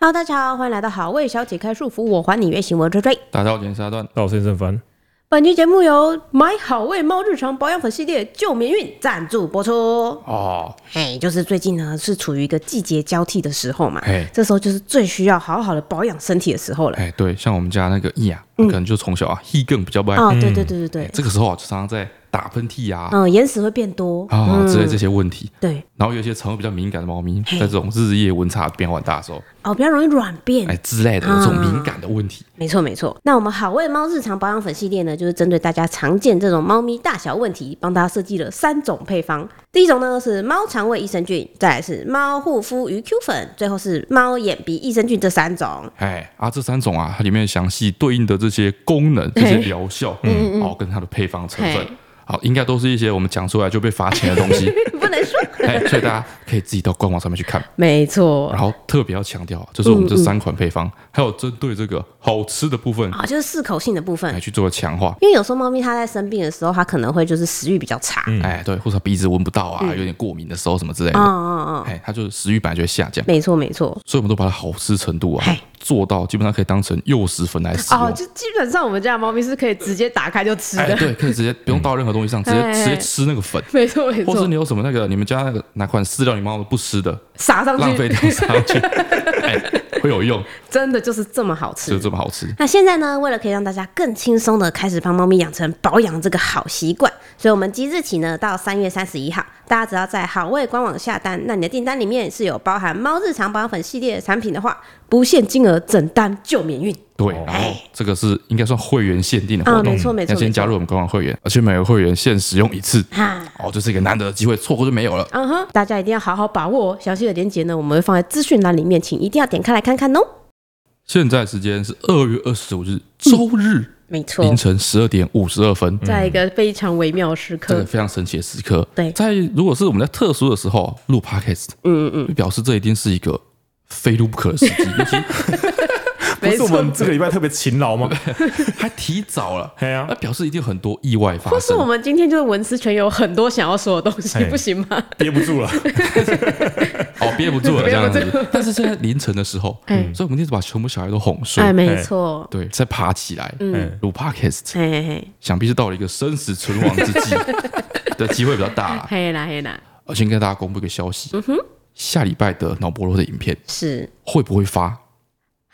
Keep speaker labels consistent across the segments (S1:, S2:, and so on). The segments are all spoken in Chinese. S1: Hello，大家好，欢迎来到好味小姐开束缚，我还你原形，我是追追。
S2: 大家好，我今天是阿段。
S3: 那我是郑凡，
S1: 本期节目由买好味猫日常保养粉系列旧免运赞助播出。
S2: 哦，
S1: 嘿，就是最近呢是处于一个季节交替的时候嘛
S2: 嘿，
S1: 这时候就是最需要好好的保养身体的时候了。
S2: 哎，对，像我们家那个易啊，可能就从小啊，易更比较不爱。
S1: 嗯哦，对对对对对，
S2: 这个时候啊，就常常在打喷嚏啊
S1: 嗯，眼屎会变多，
S2: 啊之类这些问题。
S1: 对，
S2: 然后有一些肠胃比较敏感的猫咪，在这种日夜温差变化很大的时候，
S1: 哦，比较容易软便
S2: 哎。之类的
S1: 啊
S2: 有这种敏感的问题，
S1: 没错没错，那我们好味猫日常保养粉系列呢，就是针对大家常见这种猫咪大小问题，帮大家设计了三种配方。第一种呢是猫肠胃益生菌，再来是猫护肤鱼 Q 粉，最后是猫眼鼻益生菌这 三种。
S2: 哎啊，这三种啊，它里面详细对应的这些功能、这些疗效，嗯，哦，跟它的配方成
S1: 嘿
S2: 分，好，应该都是一些我们讲出来就被罚钱的东 西，
S1: 不能说，
S2: 哎，所以大家可以自己到官网上面去看。
S1: 没错
S2: 然，后特别要强调啊，就是我们
S4: 嗯
S2: 这三款配方，还有针对这个好吃的部分哎
S1: 啊，就是适口性的部分
S2: 来。去做强化。
S1: 因为有时候猫咪它在生病的时候，它可能会就是食欲比较差，嗯
S2: 哎，对，或者鼻子闻不到
S4: 嗯
S2: 啊，有点过敏的时候什么之类
S1: 嗯
S2: 的，
S1: 嗯，
S2: 哎，它就是食欲本来就会下降，
S1: 没错没错。
S2: 所以我们都把它好吃程度啊
S1: 嘿
S2: 做到基本上可以当成幼食粉来使
S4: 哦，
S2: 用。
S4: 就基本上我们家的猫咪是可以直接打开就吃
S2: 哎，
S4: 的，
S2: 对，可以直接不用倒任何东西上，直接
S4: 哎
S2: 直接吃那个粉，
S4: 没错没
S2: 或是
S4: 错
S2: 你，有什么那个你们家那个哪款饲料你猫都不吃的，
S4: 撒上
S2: 浪
S4: 去
S2: 费掉上去， 哎，会有用，
S4: 真的就是
S1: 就是这么好吃
S2: 就，这么好吃。
S1: 那现在呢，为了可以让大家更轻松的开始帮猫咪养成保养这个好习惯，所以我们即日起呢，到三月三十一号，大家只要在好味官网下单，那你的订单里面是有包含猫日常保养粉系列的产品的话，不限金额，整单就免运。
S2: 对，然后这个是应该算会员限定的活
S1: 哦啊
S2: 动，
S1: 没错没错
S2: 要先加入我们官网会员，而且每个会员限使用一次，
S1: 哈，
S2: 哦，这是一个难得的机会，错过就没有了。
S1: 嗯哼，大家一定要好好把握哦。详细的链接呢，我们会放在资讯栏里面，请一定要点开来看看哦。
S2: 现在时间是二月二十五日周日
S1: 没错
S2: 凌，晨十二点五十二分，
S4: 在一个非常微妙的时
S2: 这个
S4: 刻，
S2: 非常神奇的时刻。
S1: 嗯对
S2: 在如果是我们在特殊的时候录 podcast，
S1: 嗯嗯
S2: 就表示这一定是一个非录不可的时 机，尤其
S3: 不
S4: 没
S3: 是我
S4: 错。
S3: 们这个礼拜特别勤 劳吗？
S2: 还提早了，
S3: 哎呀
S2: 那表示一定有很多意外发
S4: 或是
S2: 生
S4: 我。们今天就是文思泉有很多想要说的东西，
S3: 哎
S4: 不行吗？
S3: 憋不住了，
S2: 哦，憋不住 了这
S4: 憋
S2: 样
S4: 不住
S2: 子。但是现在凌晨的时候，
S1: 哎
S2: 所以我们一直把全部小孩都哄睡
S1: 哎，，没错，哎
S2: 对，再爬起来
S3: 嗯
S2: 录 podcast，
S1: 嘿嘿嘿，
S2: 想必是到了一个生死存亡之际的机会比较大啦。
S4: 黑啦黑啦，
S2: 我先跟大家公布一个消息，下礼拜的脑波罗的影片
S1: 是
S2: 会不会发？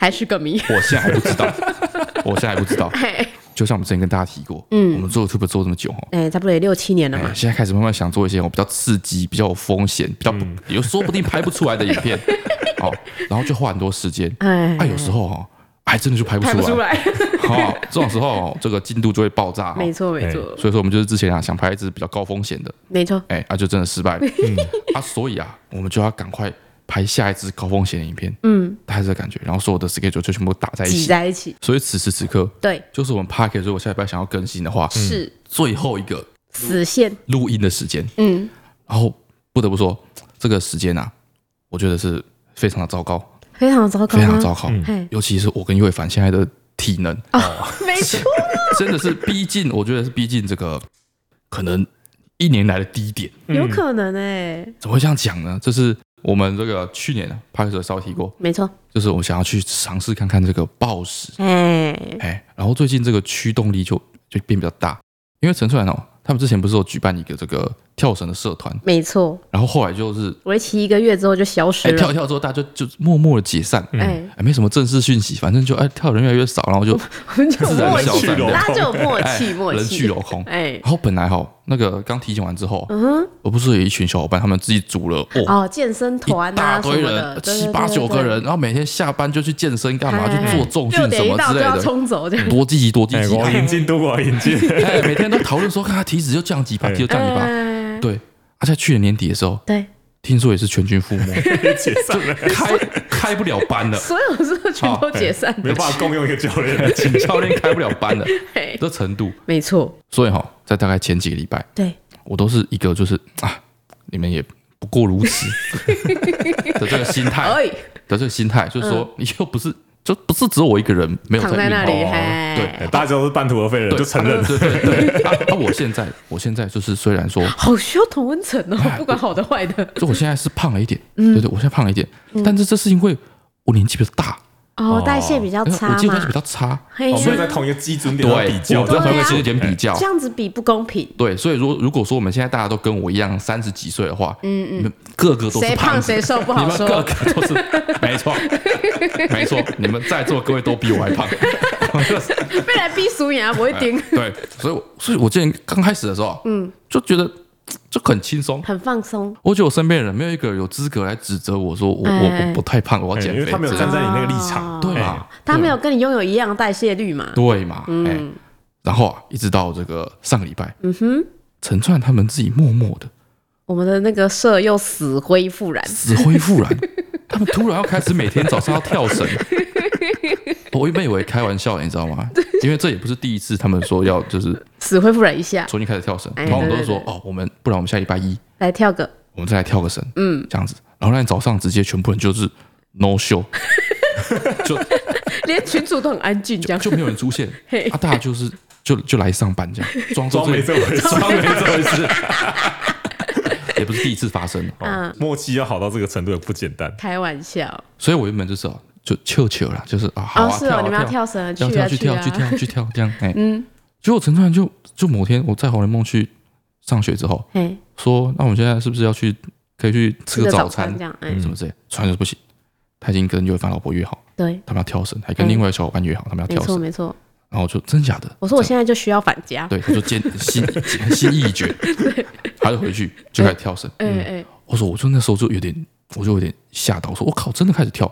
S4: 还是个 谜。
S2: 我现在还不知道，我现在还不知道。
S4: 嘿
S2: 就像我们之前跟大家提过，嗯，我们做 YouTube 做这么久哦。
S1: 哎，差不多也六七年了嘛
S2: 哎，。现在开始慢慢想做一些我比较刺激、比较有风险、比较不有说不定拍不出来的影片，哦，然后就花很多时间，
S1: 哎
S2: 啊，有时候哦，还真的就拍不
S4: 拍不出
S2: 出来，
S4: 来，
S2: 好，这种时候哦这个进度就会爆炸，
S4: 没
S2: 哦。
S4: 错没错
S2: 所以说我们就是之前啊想拍一支比较高风险的，
S4: 没错，
S2: 哎、啊就真的失败了， 啊，所以啊我们就要赶快拍下一支高风险的影片，嗯，大家这个感觉，然后所有的 schedule 就全部打在一
S4: 挤
S2: 起，
S4: 在一起，
S2: 所以此时此刻
S1: 对，
S2: 就是我们 p a r k 如果下礼拜想要更新的话，
S1: 嗯
S4: 是
S2: 最后一个
S4: 死线。
S2: 录音的时间，
S4: 嗯，
S2: 然后不得不说这个时间啊，我觉得是非常的糟糕，
S1: 非常糟糕
S2: 非
S1: 吗，
S2: 常糟糕，
S1: 嘿
S2: 尤其是我跟叶凡现在的体能，
S4: 没错，
S2: 真的是逼近，我觉得是逼近这个可能一年来的低点。
S4: 有可能哎，
S2: 怎么会这样讲呢？这是我们这个去年啊，拍摄稍微提过，
S1: 没错，
S2: 就是我们想要去尝试看看这个暴食，
S1: 哎，
S2: 哎，然后最近这个驱动力就就变比较大，因为陈翠兰哦，他们之前不是有举办一个这个跳绳的社团，
S1: 没错，
S2: 然后后来就是
S4: 为期一个月之后就消失
S2: 哎跳
S4: 了
S2: 一。跳之后，大家就就默默的解散，
S4: 哎，
S2: 哎，没什么正式讯息，反正就哎跳的人越来越少，然后就
S4: 我们 就有
S2: 自
S3: 哎
S2: 然
S4: 默
S2: 消
S4: 契
S2: 散
S3: 了，
S4: 大家就有默契
S2: 哎
S4: 默
S2: 人去
S4: 契
S2: 楼。空。
S4: 哎，嗯
S2: 然后本来哈，那个刚体检完之后，哦我不是有一群小伙伴，他们自己组了哦，
S4: 哦，健身
S2: 一
S4: 团
S2: 大
S4: 啊什
S2: 堆
S4: 么的
S2: 人，，七八九个人，然后每天下班就去健身干嘛，
S4: 哎
S2: 去做重训
S4: 六
S2: 什
S4: 点一
S2: 么
S4: 到
S2: 之
S4: 就
S2: 类
S4: 要
S2: 的，嗯
S4: 冲走，这样
S2: 多积极多积
S3: 哎，
S2: 极，
S3: 我
S2: 哎
S3: 引进，多我引进，
S2: 哎，每天都讨论说，看他体脂就降几趴，
S3: 哎
S2: 体脂就降几趴，
S4: 哎
S2: 对。而且去年年底的时候，
S1: 对，
S2: 听说也是全军覆没，
S3: 解散了，
S2: 开开不了班了，
S4: 所有社群都解散
S3: 没
S4: 了，
S3: 办法共用一个教练。
S2: 请教练开不了班了，
S4: 嘿
S2: 这程度。
S4: 没错，
S2: 所以哈、在大概前几个礼拜，
S1: 对
S2: 我都是一个就是啊，你们也不 过如此的这个心态
S4: 哎，嗯
S2: 的这个心态，就是说、你又不是就不是只有我一个人没有
S1: 躺在
S2: 运
S1: 那
S2: 动
S1: 里，
S3: 哦
S2: 对
S1: 嘿，
S3: 大家都是半途而废的人，
S2: 对
S3: 就承认了。
S2: 对对对。啊，啊我现在我现在就是虽然说，
S1: 好需要同温层哦，不管好的坏的
S2: 哎就我现在是胖了一点，
S1: 嗯
S2: 对对，我现在胖了一点，但是这是因为我年纪比较大，哎
S5: 哦，代谢比较
S2: 我
S5: 差
S2: 基本上是比
S5: 嘛，
S2: 较差，
S1: 嘿
S3: 哦，所以
S1: 呀
S3: 在，同一个基准
S2: 对，
S3: 点上
S2: 我
S3: 比
S2: 在同
S3: 较，
S2: 一
S1: 对
S2: 个
S1: 啊
S2: 时间点比较
S5: 这。样子比不公平。
S2: 对，所以如如果说我们现在大家都跟我一样三十几岁的话，嗯嗯，你们个个都是
S1: 谁
S2: 胖
S1: 胖
S2: 子
S1: 谁瘦不
S2: 你
S1: 好
S2: 们
S1: 说
S2: 个。个都是 没错，没错，你们在座各位都比我还胖。 哎
S1: 被来逼俗眼啊，不会顶，
S2: 对，所以我所以我今天刚开始的时候，嗯，就觉得就很轻松。
S5: 很放松，
S2: 我觉得我身边的人没有一个有资格来指责我说我我
S1: 哎
S2: 我不太胖，我要
S3: 哎
S2: 减
S3: 因为
S2: 肥
S3: 他没有哎
S2: 之类
S3: 站
S2: 的，哦
S3: 在你那个立场，
S2: 对嘛？
S1: 他没有跟你拥有一样的代谢率嘛？
S2: 对嘛？
S1: 嗯
S2: 哎，然后啊，一直到这个上个礼拜，嗯哼，陈川他们自己默默的
S1: 我们的那个社又死灰复燃，
S2: 死灰复燃， 他们突然要开始每天早上要跳绳。 我原本以为开玩笑的，你知道吗？因为这也不是第一次他们说要就是
S1: 死灰复燃一下，
S2: 重新开始跳绳，
S1: 哎
S2: 通常都是说
S1: 对对
S2: 哦，我们不然我们下礼拜一
S1: 来跳个，
S2: 我们再来跳个绳，嗯，这样子，然后让你早上直接全部人就是 no show，就
S1: 连群主都很安静这样。
S2: 就没有人出现
S1: 嘿，
S2: 啊，大家就是就就来上班这样，装作
S3: 装没这回事，
S2: 装没这回事， 也不是第一次发生哦了，
S1: 嗯，
S3: 默契要好到这个程度也不简单。
S1: 开玩笑，
S2: 所以我原本就是哦，就球球啦，就是啊，好啊，
S1: 是哦，
S2: 啊
S1: 你们要跳
S2: 跳
S1: 绳，
S2: 要
S1: 去啊
S2: 去
S1: 去
S2: 跳
S1: 啊
S2: 去，跳去跳 这样，哎，嗯，结果陈川就就某天我在红莲梦去上学之后，
S1: 哎，
S2: 说那我们现在是不是要去可以去吃
S1: 吃
S2: 个
S1: 个
S2: 早
S1: 早
S2: 餐嗯
S1: 餐这样，哎，
S2: 什么之类，川就是不行，他已经跟尤凡老婆约好，
S1: 对，
S2: 他们要跳绳，还跟另外一个小伙伴约好，他们要
S1: 嗯没
S2: 跳
S1: 错
S2: 绳，
S1: 没错。
S2: 然后我就真假的，
S1: 我说我
S2: 这
S1: 现
S2: 样
S1: 在就需要返家，
S2: 对，他说坚心心意 已决，他就回去就开始跳绳，嗯
S1: 哎
S5: 嗯
S1: 哎，
S2: 我说我就那时候就有点，我就有点吓到，我说我靠，真的开 始跳，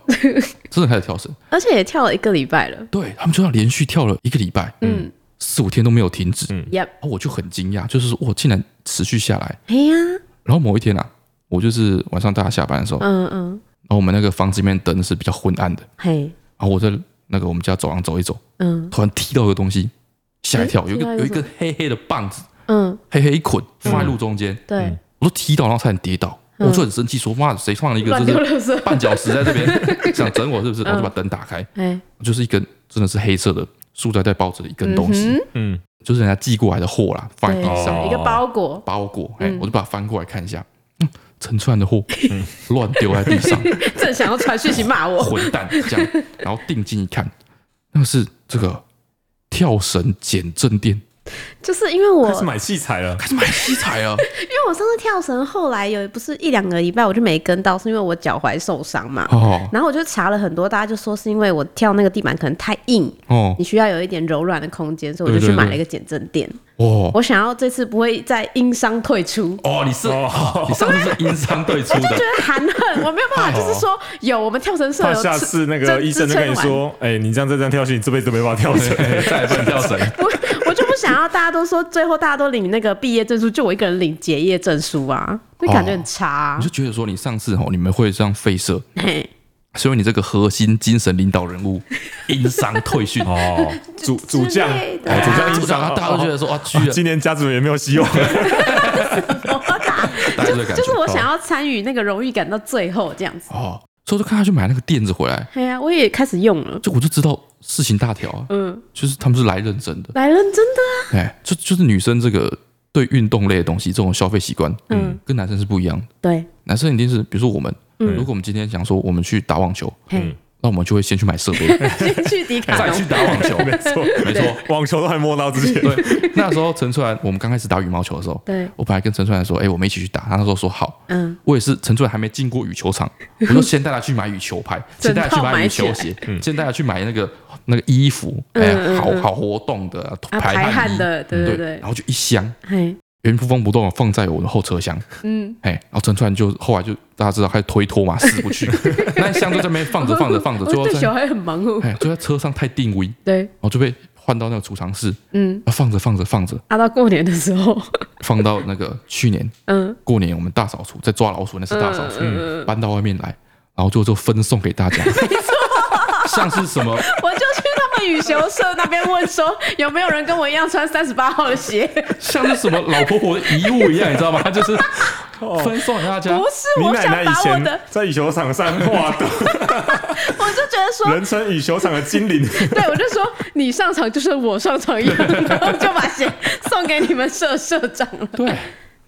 S2: 真的开始跳绳，
S1: 而且也跳了一个礼拜了，
S2: 对他们就要连续跳了一个礼拜，嗯，四五天都没有停止，
S3: 嗯
S1: Yep
S2: 然后我就很惊讶，就是说我竟然持续下来，
S5: 哎呀，
S2: 然后某一天啊，我就是晚上大家下班的时候，然
S1: 嗯嗯，
S2: 后我们那个房子里面灯是比较昏暗的，
S5: 嘿，
S2: 然后我在那个我们家走廊走一走，
S1: 嗯
S2: 突然踢到一个东西，吓一跳，有一
S1: 踢到
S2: 个
S1: 一个
S2: 有一根黑黑的棒子，
S1: 嗯，
S2: 黑黑一捆放在路中间，
S1: 对，
S2: 我都踢到，然后差点跌倒，我就很生气，说妈的，谁放了一个
S1: 乱
S2: 就
S1: 丢
S2: 是
S1: 垃圾，
S2: 绊脚石在这边， 想整我是不是？然后就把灯打开，
S5: 嗯
S1: 哎，
S2: 就是一根真的是黑色的塑料袋包着的一根东西，
S3: 嗯，
S2: 就是人家寄过来的货啦，放在
S1: 对，
S2: 地上
S1: 是一个包裹，
S2: 包裹，哎，我就把它翻过来看一下，嗯，陈川的货 乱丢在地上，
S1: 正想要传讯息骂 我，
S2: 混蛋这样，然后定睛一看，那是这个跳绳减震垫，
S5: 就是因为我
S3: 开始买器材了，
S2: 开始买器材啊，
S5: 因为我上次跳绳，后来有不是一两个礼拜我就没跟到，是因为我脚踝受伤嘛。
S2: 哦
S5: 然后我就查了很多，大家就说是因为我跳那个地板可能太硬，
S2: 哦
S5: 你需要有一点柔软的空间，所以我就
S2: 对
S5: 去
S2: 对
S5: 买
S2: 对
S5: 了一个减震垫。
S2: 哦，
S5: 我想要这次不会再因伤退出。
S2: 哦，你是、
S3: 哦
S2: 你上次是因伤对出
S1: 就觉
S2: 的，
S1: 得含恨，我没有办法，就是
S2: 哦
S1: 说有我们跳绳社
S3: 怕
S1: 有
S3: 下
S1: 吃
S3: 次那个医生就跟你，说，哎，你这样再这样跳下去，你这辈子都没办法跳绳。
S2: 再也不能跳
S1: 这支
S2: 绳。
S1: 撑完我我就不想要大家都说最后大家都领那个毕业证书，就我一个人领结业证书啊，那感觉很差啊
S2: 你就。觉得说你上次哦，你们会这样废社，
S1: 嘿
S2: 是因为你这个核心精神领导人 物因伤退训。 哦，
S3: 哦，主主将，
S5: 之类
S3: 哦
S5: 的
S3: 主将
S2: 组
S3: 主
S2: 长
S3: 将，
S2: 啊，大家都觉得说啊，居
S3: 哦
S2: 然
S3: 今年家族也没有希望了。
S2: 大家这个感
S1: 就是
S2: 觉
S1: 我想要参与那个荣誉感到最后这样子。
S2: 哦，所以我就看他去买那个垫子回来，
S1: 哎呀，我也开始用了，
S2: 就我就知道事情大条啊，
S1: 嗯，
S2: 就是他们是来认真的，
S1: 来认真的
S2: 哎，就就是女生这个对运动类的东西这种消费习惯，嗯，跟男生是不一样的。
S1: 对，
S2: 男生一定是，比如说我们，如果我们今天想说我们去打网球，
S1: 嘿，
S2: 那我们就会先去买设备，
S1: 先去迪卡
S2: 再
S1: 侬
S2: 去，打网球。
S3: 没错，
S2: 没错，
S3: 网球都还摸到之前，
S2: 对，那时候陈川，我们刚开始打羽毛球的时候，
S1: 对，
S2: 我本来跟陈川说，哎、我们一起去打。他那时候说好，
S1: 嗯，
S2: 我也是，陈川还没进过羽球场，我就先带他去买羽球拍，
S1: 整
S2: 先带他去
S1: 套
S2: 买
S1: 买
S2: 羽
S1: 起
S2: 球
S1: 来嗯
S2: 鞋，先带他去买那个那个衣服，哎、好好活动的
S1: 啊，
S2: 排
S1: 排汗
S2: 衣嗯
S1: 的，对
S2: 对
S1: 对对
S2: 然，后就一箱
S1: 嘿，
S2: 原封不动地放在我的后车厢，嗯，哎，然后陈川就后来就大家知道开始推脱嘛，死不去，那一箱就在那边放着放着放着，
S1: 我
S2: 最后
S1: 对小
S2: 在
S1: 孩很忙哦，
S2: 哎就在车上太定位，然
S1: 对，
S2: 后就被换到那个储藏室，
S1: 嗯，
S2: 啊放着放着放着，
S1: 啊，到过年的时候，
S2: 放到那个去年
S1: 嗯，
S2: 过年我们大扫除，在抓老鼠那次大扫除，搬到外面来，然后最后就分送给大家，像是什么
S1: 我就去他们羽球社那边问说，有没有 人跟我一样穿三十八号的鞋？
S2: 像是什么老婆婆的遗物一样，你知道吗？就是
S3: 哦
S2: 分送给大家
S1: 不。是，
S3: 你
S1: 我
S3: 奶
S1: 想
S3: 奶以
S1: 把我的嗯
S3: 前，在羽球场上画 的，
S1: 我就觉得说，
S3: 人称羽球场的精灵。
S1: 对我就说你上场就是我上场一样，然后就把鞋送给你们社社长了。
S2: 对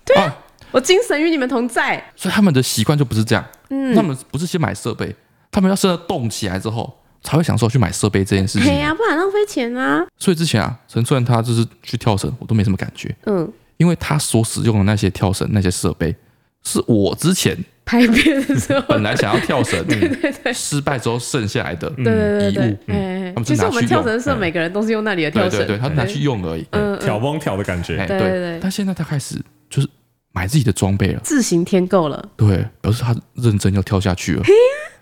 S2: 对啊，
S1: 我精神与你们同在，
S2: 所以他们的习惯就不是这样。
S1: 嗯
S2: 他们不是先买设备，他们要真的动起来之后才会想说去买设备这件事
S1: 嘿
S2: 情。
S1: 哎呀、不然浪费钱啊。
S2: 所以之前啊，陈然他就是去跳绳，我都没什么感觉，
S1: 嗯，
S2: 因为他所使用的那些跳绳那些设备，是我之前
S1: 拍片的时候
S2: 本，来想要跳 绳，
S1: 对对
S2: 失败之后剩下来的。
S1: 对对对
S2: 嗯遗
S1: 对
S2: 物，嗯
S1: 哎
S2: 他们是
S1: 其实
S2: 拿
S1: 我们
S2: 去
S1: 跳
S2: 用哎
S1: 绳社每个人都是用那里的跳
S2: 对
S1: 绳，
S2: 对对，他拿去用而已。
S1: 嗯嗯，
S3: 挑蹦挑的感觉
S2: 哎，，
S1: 对对对
S2: 但现在他开始就是买自己的装备了，
S1: 自行添购了，
S2: 对，表示他认真要跳下去了。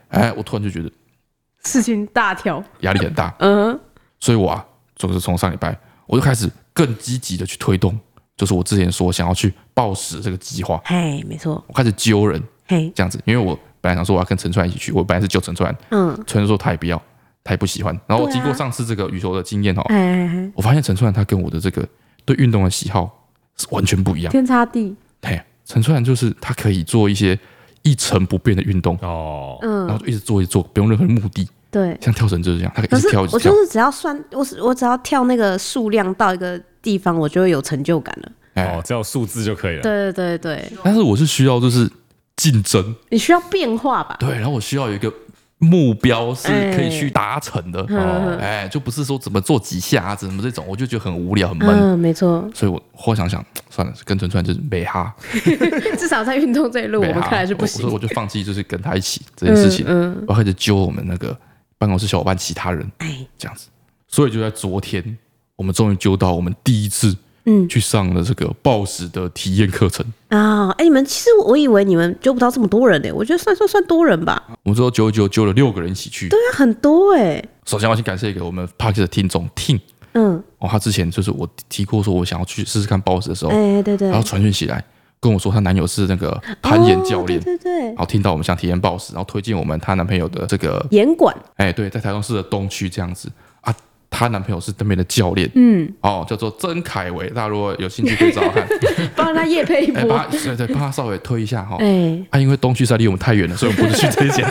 S2: 哎，我突然就觉得
S1: 事情大条，
S2: 压力很大，
S1: 嗯，
S2: 所以我啊，就是从上礼拜我就开始更积极的去推动，就是我之前说想要去暴食这个计划，
S5: 嘿，没错，
S2: 我开始揪人
S5: 嘿，
S2: 这样子，因为我本来想说我要跟陈川一起去，我本来是揪陈川，
S5: 嗯，
S2: 陈川说他也不要，他也不喜欢。然后我
S5: 对啊
S2: 经过上次这个羽球的经验哦，
S5: 哎哎，哎
S2: 我发现陈川他跟我的这个对运动的喜好是完全不
S5: 哎
S2: 一样。
S1: 天差地，
S2: 嘿，陈川就是他可以做一些一成不变的运动，
S3: 哦，
S2: 然后
S1: 嗯，
S2: 就一直做一直做，不用任何目的，
S1: 对，
S2: 像跳绳就是这样，他可
S5: 可
S2: 以一直
S5: 是
S2: 跳一直
S5: 我
S2: 跳
S5: 就。是只要算，我是我只要跳那个数量到一个地方，我就会有成就感了。
S2: 哎
S3: 哦，，只要有数字就可以了。
S1: 嗯对对对对，
S2: 但是我是啊需要就是竞争，
S1: 你需要变化吧？
S2: 对，然后我需要有一个目标是可以去达成的，
S1: 嗯
S2: 哎，就不是说怎么做几下啊，怎么这种，我就觉得很无聊很闷。
S1: 嗯，没 错，
S2: 所以我后来想想，算了，跟陈川就是没哈，
S1: 至少在运动这一路，我
S2: 没
S1: 们
S2: 哈
S1: 看来是
S2: 我
S1: 不行
S2: 所以。我就放弃，就是跟他一起这件事情。
S1: 嗯，
S2: 我要开始揪我们那个办公室小伙伴其他人
S5: 哎，
S2: 这样子，所以就在昨天，我们终于揪到我们第一次，
S5: 嗯
S2: 去上了这个暴食的体验课程。
S5: 啊，哎，你们其实我以为你们揪不到这么多人呢，我觉得算算算多人吧，
S2: 我们最后揪一揪，揪了六个人一起去。
S5: 对啊，很多哎，
S2: 首先我要先感谢给我们 Park 的听众 Ting
S5: 嗯，
S2: 哦，他之前就是我提过说我想要去试试看暴食的时候，
S5: 哎，对对
S2: 然，后传讯息来跟我说她男友是那个攀岩教练啊
S5: 哦。对对对
S2: 然，后听到我们想体验暴食，然后推荐我们她男朋友的这个
S5: 严管，
S2: 哎，对，在台中市的东区这样子啊。她男朋友是那边的教练，
S1: 嗯，
S2: 哦，叫做曾凯维，大家如果有兴趣可以找他 看，
S1: 帮他夜配一
S2: 哎，
S1: 波
S2: 帮。他对对，帮他稍微推一下哈。
S5: 哎，
S2: 啊，因为东区实在离我们太远了，所以我们不是去这 一间。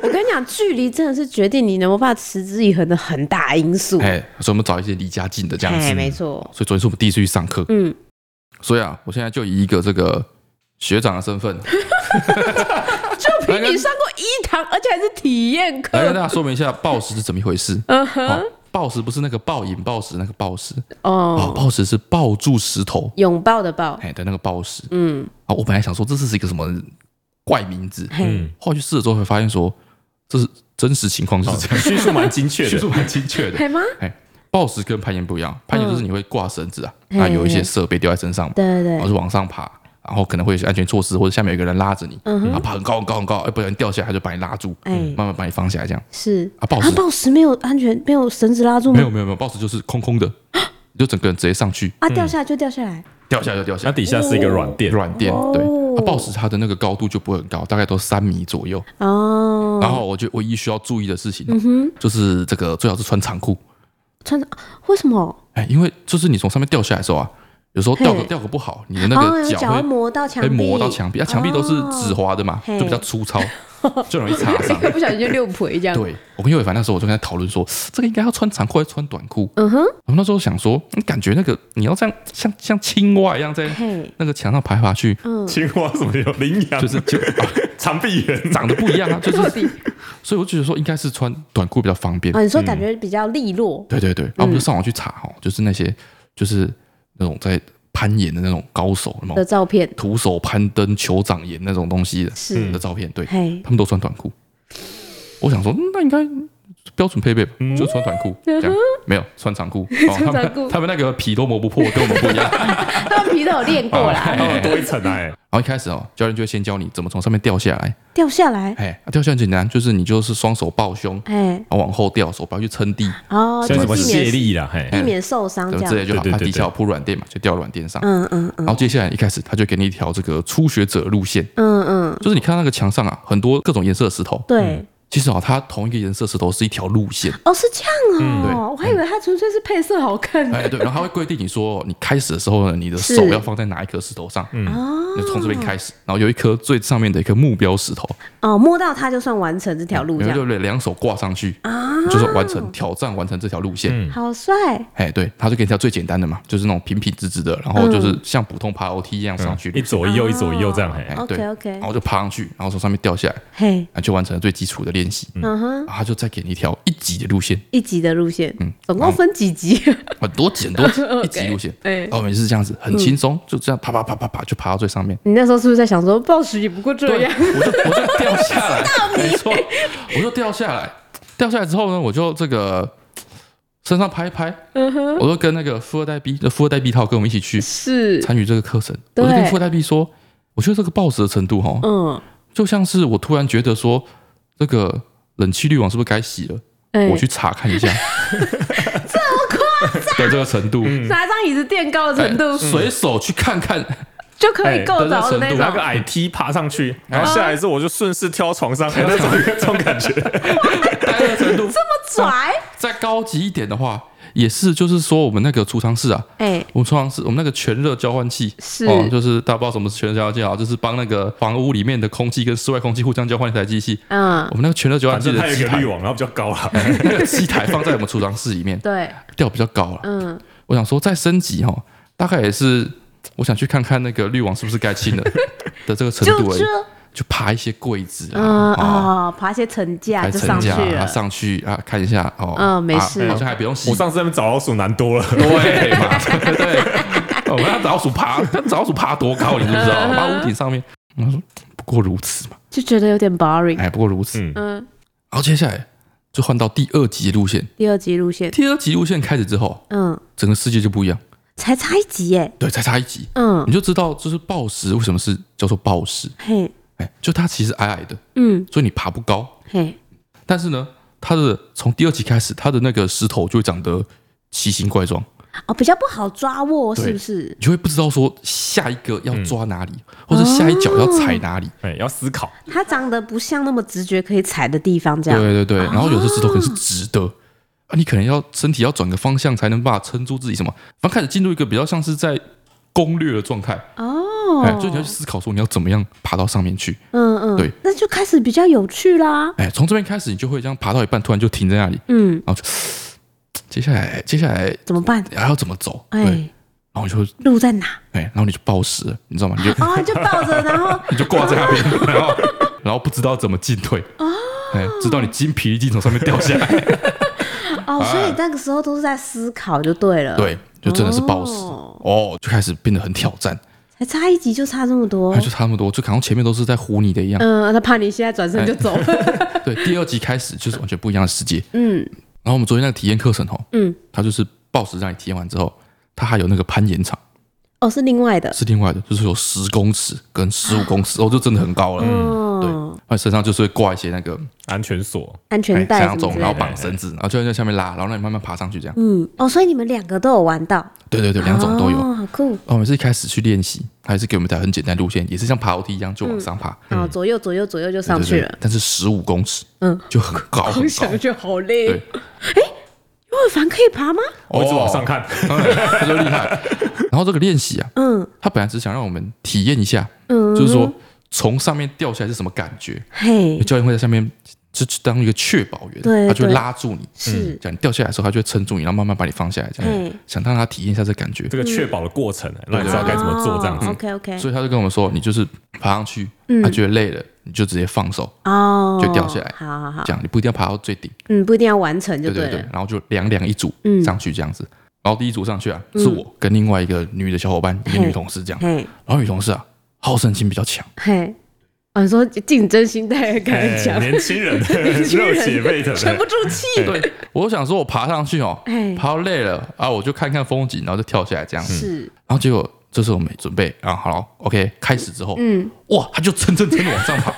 S5: 我跟你讲，距离真的是决定你能不能持之以恒的很大因素。
S2: 哎，所以我们找一些离家近的这样子
S5: 哎，。没错，
S2: 所以昨天是我们第一次去上课，
S5: 嗯，
S2: 所以啊，我现在就以一个这个学长的身 份
S1: 就凭你上过一堂，而且还是体验
S2: 来跟
S1: 课，
S2: 大家说明一下暴食是怎么一回 事。
S1: 嗯
S2: 好
S5: 哦
S1: 哼，，
S2: 暴食不是那个暴饮暴食那个暴食，哦，
S1: 哦，
S2: 暴食是抱住石头，
S5: 拥抱的抱，
S2: 哎的那个暴食。
S5: 嗯，
S2: 啊，我本来想说这是一个什么怪名字，
S5: 嘿，
S3: 嗯，
S2: 后来去试了之后才发现说这是真实情况就是这样，
S3: 叙述蛮精确
S2: 叙
S3: 的
S2: 述。哦蛮精确 的。
S1: 嘿吗？
S2: 暴食跟攀岩不一样，攀岩就是你会挂绳子啊，
S5: 嗯
S2: 那有一些设备丢在身上嘛，
S5: 对对
S2: 然后
S5: 对，
S2: 就往上爬，然后可能会有一些安全措施，或者下面有一个人拉着你，
S5: 嗯
S2: 然后
S5: 哼，
S2: 爬很高很高很高，哎，不然掉下来他就把你拉住，
S5: 哎，
S2: 慢慢把你放下来这样。
S5: 是
S2: 啊，暴
S5: 啊
S2: 食，
S5: 暴食没有安全，没有绳子拉住
S2: 没
S5: 吗？
S2: 有没有没有，暴食就是空空的，你就整个人直接上去，
S5: 啊，掉下来就掉下来，
S2: 掉下来就掉下
S3: 那
S2: 来。
S3: 底下是一个软垫，
S2: 软垫
S5: 哦
S2: 对，啊，暴食它的那个高度就不会很高，大概都三米左右。
S5: 哦，嗯
S2: 然后我就唯一需要注意的事情呢，就是这个最好是穿长裤，
S5: 穿着啊为什么？
S2: 哎，因为就是你从上面掉下来的时候啊，有时候掉个
S5: 嘿
S2: 掉个不好，你的那
S5: 哦，
S2: 个
S5: 有
S2: 脚
S5: 脚
S2: 会
S5: 会磨到墙
S2: 被
S5: 壁，哦
S2: 磨到墙壁，啊，墙壁都是止滑的嘛，
S5: 嘿
S2: 就比较粗糙，就容易擦 伤。
S1: 不小心就六陪这样。
S2: 对，我跟叶伟凡那时候我就跟他讨论说，这个应该要穿长裤还是穿短裤？
S5: 嗯哼，
S2: 我们那时候想说，嗯感觉那个你要这样像像青蛙一样在
S5: 嘿，
S2: 那个墙上爬来爬去，
S5: 嗯，
S3: 青蛙怎么有羚羊？
S2: 就是就、啊、
S3: 长臂猿，
S2: 长得不一样 啊，就
S1: 到
S2: 是，
S1: 底
S2: 所以我就觉得说应该是穿短裤比较方便。
S5: 啊，你说感觉比较利落，
S2: 对对对，然后我们就上网去查哦，就是那些就是那种在攀岩的那种高手，什么
S5: 的照片
S2: 徒手攀登、酋长岩那种东西的
S5: 是，
S2: 的照片，对，
S5: 嘿，
S2: 他们都穿短裤。我想说，嗯那应该标准配备吧，
S3: 嗯
S2: 就穿短 裤这样，没有穿长裤。哦，他
S1: 长裤
S2: 们他们那个皮都磨不破，跟我们不一 样。哦
S1: 他们皮都有练过啦。
S3: 它们多一层哎。
S2: 然后一开始哦，教练就会先教你怎么从上面掉下来。
S5: 掉下来，
S2: 哎，啊掉下来很简单，就是你就是双手抱胸，
S5: 哎，
S2: 然后往后掉，手不要去撑地，
S5: 哦，
S3: 像什么
S5: 就避
S3: 泄
S5: 免
S3: 力啦，嘿，
S5: 避免受伤
S2: 什
S5: 哦这
S2: 哎么之类
S5: 样，
S2: 就好。
S3: 对对
S2: 它
S3: 对
S2: 底下
S3: 对
S2: 有铺软垫嘛，就掉软垫上。
S5: 嗯嗯嗯
S2: 然后接下来一开始他就给你一条这个初学者路线，
S5: 嗯嗯，
S2: 就是你看到那个墙上啊，很多各种颜色的石头，
S5: 对，
S2: 其实啊，它同一个颜色石头是一条路线。
S5: 哦，是这样
S2: 嗯对
S1: 哦，我还以为它纯粹是配色好看
S2: 哎，对，然后它会规定你说，你开始的时候呢，你的
S5: 是
S2: 手要放在哪一颗石头上，
S5: 哦
S2: 你就从这边开始，然后有一颗最上面的一颗目标石头，
S5: 哦，摸到它就算完成这条路这
S2: 然后
S5: 样
S2: 就两手挂上去，
S1: 哦
S5: 啊，
S2: 就是完成挑战，完成这条路线。
S3: 嗯
S5: 好帅，
S2: 哎，对，它就给你条最简单的嘛，就是那种平平直直的，然后就是像普通爬楼梯一样上去，
S3: 一左一右，一左一右这样，嘿
S2: 哎，对
S5: OK，OK
S2: 然后就爬上去，然后从上面掉下来，
S5: 嘿，
S2: 啊，就完成了最基础的练习，啊
S5: 嗯哼，
S2: 然后它就再给你一条一级的路线，
S5: 一集的路线，
S2: 嗯
S1: 总共分几集？
S2: 很多级很多级一级路线，
S1: 哎
S2: 然后哦每次这样子很轻松，就这样爬爬爬爬爬就爬到最上面。
S1: 你那时候是不是在想说，暴食也不过这
S2: 对，
S1: 样？
S2: 我就我就掉下来，没错，我就掉下来，掉下来之后呢，我就这个身上拍一拍，我就跟那个富二代 B，就富呃二代 B 套跟我们一起去
S1: 是，
S2: 参与这个课程，我
S1: 对
S2: 就跟富二代 B 说，我觉得这个暴食的程度哈，
S1: 嗯，
S2: 就像是我突然觉得说，这个冷气滤网是不是该洗了？
S1: 哎
S2: 我去查看一下，这么夸 张的这个程度。
S1: 拿张椅子垫高的程度
S2: 哎随手去看看，
S1: 就可以够着的那
S2: 哎
S3: 拿个
S1: 种。
S3: 矮梯爬上
S1: 啊
S3: 去，然后下来之后我就顺势挑床上，哎那种这种感觉，
S2: 呆的程度。
S5: 拽，
S2: 再高级一点的话，也是就是说我们那个储藏室啊，
S5: 哎，
S2: 我们储藏室我们那个全热交换器
S1: 是
S2: 哦，就是大家不知道什么是全热交换器啊，就是帮那个房屋里面的空气跟室外空气互相交换一台机器。
S1: 嗯，
S2: 我们那个全热交换
S3: 反
S2: 器
S3: 正它
S2: 的
S3: 有
S2: 机
S3: 一个
S2: 台
S3: 滤，网，然后比较高啦。
S2: 那个机台放在我们储藏室 里面，
S1: 对，
S2: 调比较高了。
S1: 嗯，
S2: 我想说再升级哈、哦，大概也是我想去看看那个滤网是不是 该清了的这个程
S5: 就
S2: 度而已，
S5: 这，
S2: 就爬一些柜子啊，
S1: 嗯
S2: 哦
S1: 哦，爬一些层架
S2: 爬
S1: 就上
S2: 层
S1: 去
S2: 架啊，
S1: 了。
S2: 上去啊，看一下哦，
S1: 嗯没事
S2: 啊好像还不用洗
S3: 我上次在那边找老鼠难 多了，
S2: 对嘛，对对，我们要老鼠爬，老鼠爬多高，你知不知道？爬屋顶上面。我说不过如此嘛，
S1: 就觉得有点 boring。
S2: 哎，不过如此。
S3: 嗯，
S1: 嗯，
S2: 然后接下来就换到第二级路线，
S1: 第二集路线，
S2: 第二级路线开始之后，
S1: 嗯，
S2: 整个世界就不一样。
S5: 才差一集耶，
S2: 对，才差一级，
S1: 嗯
S2: 你就知道就是暴食为什么是叫做暴食。
S5: 嘿，
S2: 哎，就它其实矮矮的，
S5: 嗯，
S2: 所以你爬不高。
S5: 嘿，
S2: 但是呢，它的从第二级开始，它的那个石头就会长得奇形怪状，
S5: 哦，比较不好抓握，
S2: 对
S5: 是不是？
S2: 你就会不知道说下一个要抓哪里，或者下一脚要踩哪里。
S3: 哎，要思考，
S5: 它长得不像那么直觉可以踩的地方，这样，啊
S2: 对对对，然后有的石头可能是直的，啊，你可能要身体要转个方向才能把它撑住自己什么，反正开始进入一个比较像是在攻略的状态，
S5: 哦
S2: 哎，，所以你要去思考说你要怎么样爬到上面去，
S5: 嗯嗯，
S2: 对，
S5: 那就开始比较有趣啦，
S2: 哎，从这边开始你就会这样爬到一半，突然就停在那里，
S5: 嗯，
S2: 然后就接下来接下来
S5: 怎么办？
S2: 还要怎么走？对，
S5: 哎，
S2: 然后你就
S5: 路在哪？
S2: 哎，然后你就暴食了， 你知道吗？你就
S5: 哦，就抱着，然后
S2: 你就挂在那边，然后然后不知道怎么进退，哎，直到你精疲力尽从上面掉下来。
S5: 哦，所以那个时候都是在思考就对了，，
S2: 啊对，就真的是暴食
S5: 哦
S2: 哦，就开始变得很挑战。
S5: 才差一集就差这么多
S2: 那，就差那么多，就好像前面都是在唬你的一样。
S1: 嗯，他怕你现在转身就走。
S2: 哎对，第二集开始就是完全不一样的世界。
S5: 嗯
S2: 然后我们昨天那个体验课程哦，
S5: 嗯，
S2: 它就是暴食让你体验完之后，它还有那个攀岩场
S5: 哦，是另外的，
S2: 是另外的，就是有十公尺跟十五公尺，哦，就真的很高了。对，
S5: 哦，
S2: 然后身上就是会挂一些那个哎
S3: 安全锁，
S5: 安全带
S2: 像
S5: 什
S2: 那
S5: 么
S2: 种，
S5: 之
S2: 然
S5: 类
S2: 后
S5: 的，
S2: 绑绳子，然后就在下面拉，然后让你慢慢爬上去这样。
S5: 嗯，哦，所以你们两个都有玩到，
S2: 对对对，两种都有。
S5: 哦，好酷，
S2: 哦，我们是一开始去练习，它也是给我们一条很简单的路线，也是像爬楼梯一样就往上爬，
S5: 哦，左右左右左右就上
S2: 对
S5: 去
S2: 嗯对对
S5: 了，
S2: 但是十五公尺，
S5: 嗯
S2: 嗯，就很高 哦很
S1: 光
S2: 高
S1: 想，就好累
S2: 对。
S5: 陆凡可以爬吗？
S3: 我一直往上看，
S2: 当然他就厉害。 然后这个练习啊，
S5: 嗯
S2: 他本来只想让我们体验一下，
S5: 嗯，
S2: 就是说从上面掉下来是什么感觉。
S5: 嘿，
S2: 教练会在下面就就当一个确保员，
S5: 对
S2: 他就
S5: 对
S2: 会拉住你，
S5: 是，
S2: 这样你掉下来的时候，他就会撑住你，然后慢慢把你放下来，这
S5: 嗯
S2: 样想让他体验一下这感觉
S3: 这。个确保的过程，让你知道该怎么做这样
S1: 哦
S3: 子。
S5: OK OK，
S2: 所以他就跟我们说，你就是爬上去，他觉得累了，你就直接放手，
S5: 嗯哦，
S2: 就掉下来
S5: 好好好，
S2: 这样你不一定要爬到最顶，
S5: 嗯，不一定要完成就
S2: 对对
S5: 了
S2: 对，，然后就两两一组
S5: 嗯
S2: 上去这样子。然后第一组上去啊，是我跟另外一个女的小伙伴，一个
S5: 嘿
S2: 女同事这样。
S5: 嘿
S2: 然后女同事啊，好胜心比较强，
S5: 嘿，哦
S1: 啊，你说竞争心态感
S3: 哎
S1: 很强，
S3: 年轻人热血沸腾，
S1: 沉不住气。
S2: 对，我就想说，我爬上去哦
S5: 哎，
S2: 爬到累了啊，我就看看风景，然后就跳下来这样。子。
S1: 是，
S2: 然后结果这时候我们准备啊，好了，OK，开始之后，
S5: 嗯，
S2: 哇，他就蹭蹭蹭的往上爬，